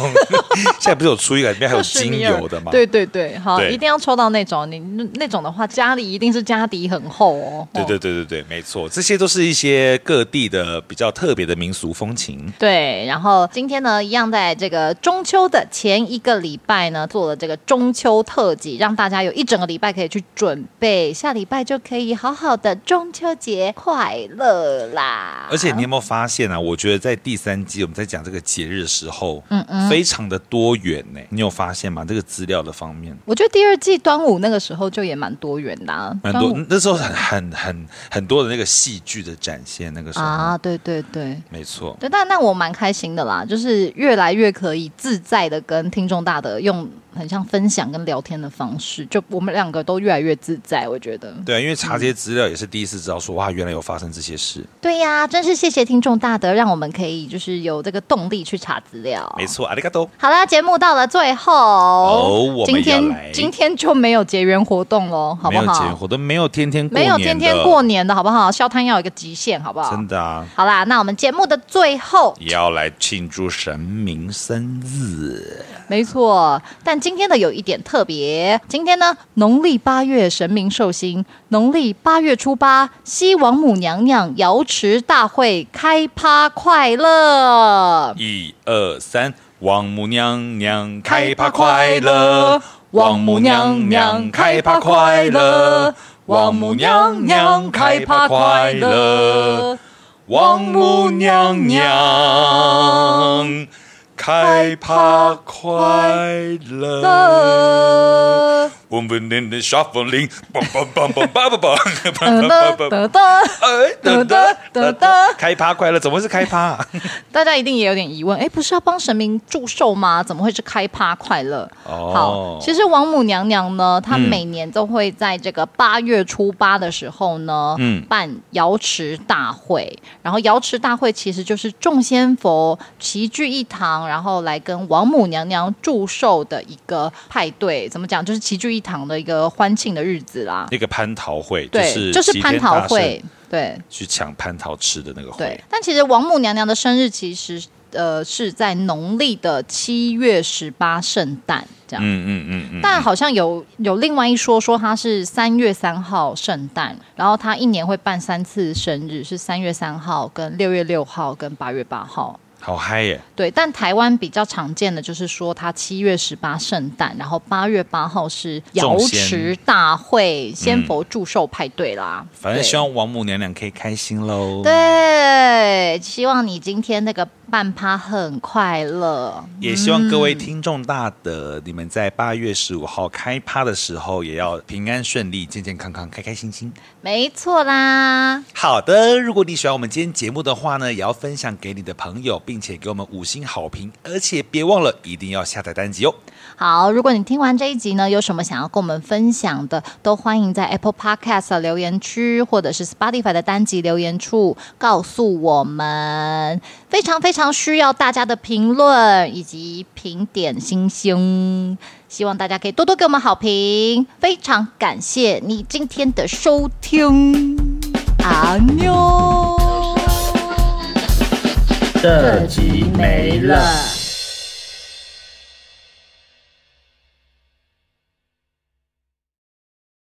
Speaker 3: 现在不是有出一个里面还有精油的吗？
Speaker 2: 对对对，好，
Speaker 3: 对
Speaker 2: 一定要抽到那种，你那那种的话，家里一定是家底很厚哦。
Speaker 3: 对对
Speaker 2: 哦
Speaker 3: 对对对，没错，这些都是一些各地的比较特别的民俗风情。
Speaker 2: 对，然后今天呢，一样在这个中秋的前一个礼拜呢，做了这个中秋特辑，让大家有一整个礼拜可以去准备，下礼拜就可以好好的中秋节快乐啦。
Speaker 3: 而且你有没有发现啊？我觉得在第三季我们在讲这个节日的时候，
Speaker 2: 嗯嗯
Speaker 3: 非常的多元呢、你有发现吗？这个资料的方面。
Speaker 2: 我觉得第二季端午那个时候就也蛮多元的、啊，
Speaker 3: 蛮
Speaker 2: 端
Speaker 3: 多嗯
Speaker 2: 午，
Speaker 3: 那时候很很很很多的那个戏剧的展现，那个时候，
Speaker 2: 啊，对对对。
Speaker 3: 没错，
Speaker 2: 对，但但我蛮开心的啦，就是越来越可以自在的跟听众大的用很像分享跟聊天的方式，就我们两个都越来越自在，我觉得。
Speaker 3: 对啊，因为查这些资料也是第一次知道说，哇，原来有发生这些事。
Speaker 2: 对呀、真是谢谢听众大德，让我们可以就是有这个动力去查资料。
Speaker 3: 没错，阿里嘎多。
Speaker 2: 好啦，节目到了最后，
Speaker 3: 我们
Speaker 2: 今
Speaker 3: 要
Speaker 2: 天
Speaker 3: 来
Speaker 2: 今天就没有结缘活动喽，好
Speaker 3: 没
Speaker 2: 不
Speaker 3: 有结
Speaker 2: 好？
Speaker 3: 婚都没有天天过
Speaker 2: 没
Speaker 3: 年
Speaker 2: 有
Speaker 3: 的
Speaker 2: 天天过年的好不好？消摊要有一个极限，好不好？
Speaker 3: 真的啊，
Speaker 2: 好啦，那我们节目的最后，
Speaker 3: 也要来庆祝神明生日。
Speaker 2: 没错，但今天的有一点特别，今天呢，农历八月神明寿星，农历八月初八，西王母娘娘瑶池大会开趴快乐。
Speaker 3: 一二三，王母娘娘
Speaker 2: 开
Speaker 3: 开
Speaker 2: 趴
Speaker 3: 趴
Speaker 2: 快
Speaker 3: 快
Speaker 2: 乐
Speaker 3: 乐，
Speaker 2: 王
Speaker 3: 王
Speaker 2: 母
Speaker 3: 母
Speaker 2: 娘
Speaker 3: 娘
Speaker 2: 娘
Speaker 3: 娘
Speaker 2: 开
Speaker 3: 开
Speaker 2: 趴
Speaker 3: 趴
Speaker 2: 快
Speaker 3: 快
Speaker 2: 乐
Speaker 3: 乐，
Speaker 2: 王
Speaker 3: 王
Speaker 2: 母
Speaker 3: 母
Speaker 2: 娘
Speaker 3: 娘
Speaker 2: 娘
Speaker 3: 娘
Speaker 2: 开趴
Speaker 3: 开趴
Speaker 2: 快
Speaker 3: 快
Speaker 2: 乐
Speaker 3: 乐，王母娘娘开趴快乐。我们年年耍风铃，梆梆梆梆梆梆梆梆梆梆梆。
Speaker 2: 得得，
Speaker 3: 哎，等等等等，开趴快乐，怎么会是开趴、
Speaker 2: 大家一定也有点疑问，哎，不是要帮神明祝寿吗？怎么会是开趴快乐？好，
Speaker 3: 哦
Speaker 2: 其实王母娘娘呢，她
Speaker 3: 嗯
Speaker 2: 每年都会在这个八月初八的时候呢，
Speaker 3: 嗯
Speaker 2: 办瑶池大会。然后瑶池大会其实就是众仙佛齐聚一堂，然后来跟王母娘娘祝寿的一个派对。怎么讲？就是齐聚一堂的一个欢庆的日子啦。
Speaker 3: 那个蟠桃会，
Speaker 2: 对，
Speaker 3: 就
Speaker 2: 就是是
Speaker 3: 齐
Speaker 2: 蟠
Speaker 3: 天
Speaker 2: 桃
Speaker 3: 大圣
Speaker 2: 会。对，
Speaker 3: 去抢蟠桃吃的那个
Speaker 2: 对
Speaker 3: 会。，
Speaker 2: 但其实王母娘娘的生日其实呃是在农历的七月十八圣诞这样。
Speaker 3: 嗯嗯嗯嗯，
Speaker 2: 但好像有有另外一说，说她是三月三号圣诞，然后她一年会办三次生日，是三月三号、跟六月六号、跟八月八号。
Speaker 3: 好嗨耶！
Speaker 2: 对，但台湾比较常见的就是说，它七月十八圣诞，然后八月八号是瑶池大会仙佛祝寿派对啦。
Speaker 3: 反正
Speaker 2: 对
Speaker 3: 希望王母娘娘可以开心喽。
Speaker 2: 对，希望你今天那个半趴很快乐。
Speaker 3: 也希望各
Speaker 2: 嗯
Speaker 3: 位听众大德，你们在八月十五号开趴的时候，也要平安顺利、健健康康、开开心心。
Speaker 2: 没错啦，
Speaker 3: 好的，如果你喜欢我们今天节目的话呢，也要分享给你的朋友，并且给我们五星好评，而且别忘了一定要下载单集哦。
Speaker 2: 好，如果你听完这一集呢，有什么想要跟我们分享的，都欢迎在 Apple Podcast 的留言区，或者是 Spotify 的单集留言处告诉我们。非常非常需要大家的评论以及评点星星，希望大家可以多多给我们好评。非常感谢你今天的收听，阿妞，
Speaker 4: 这集没了。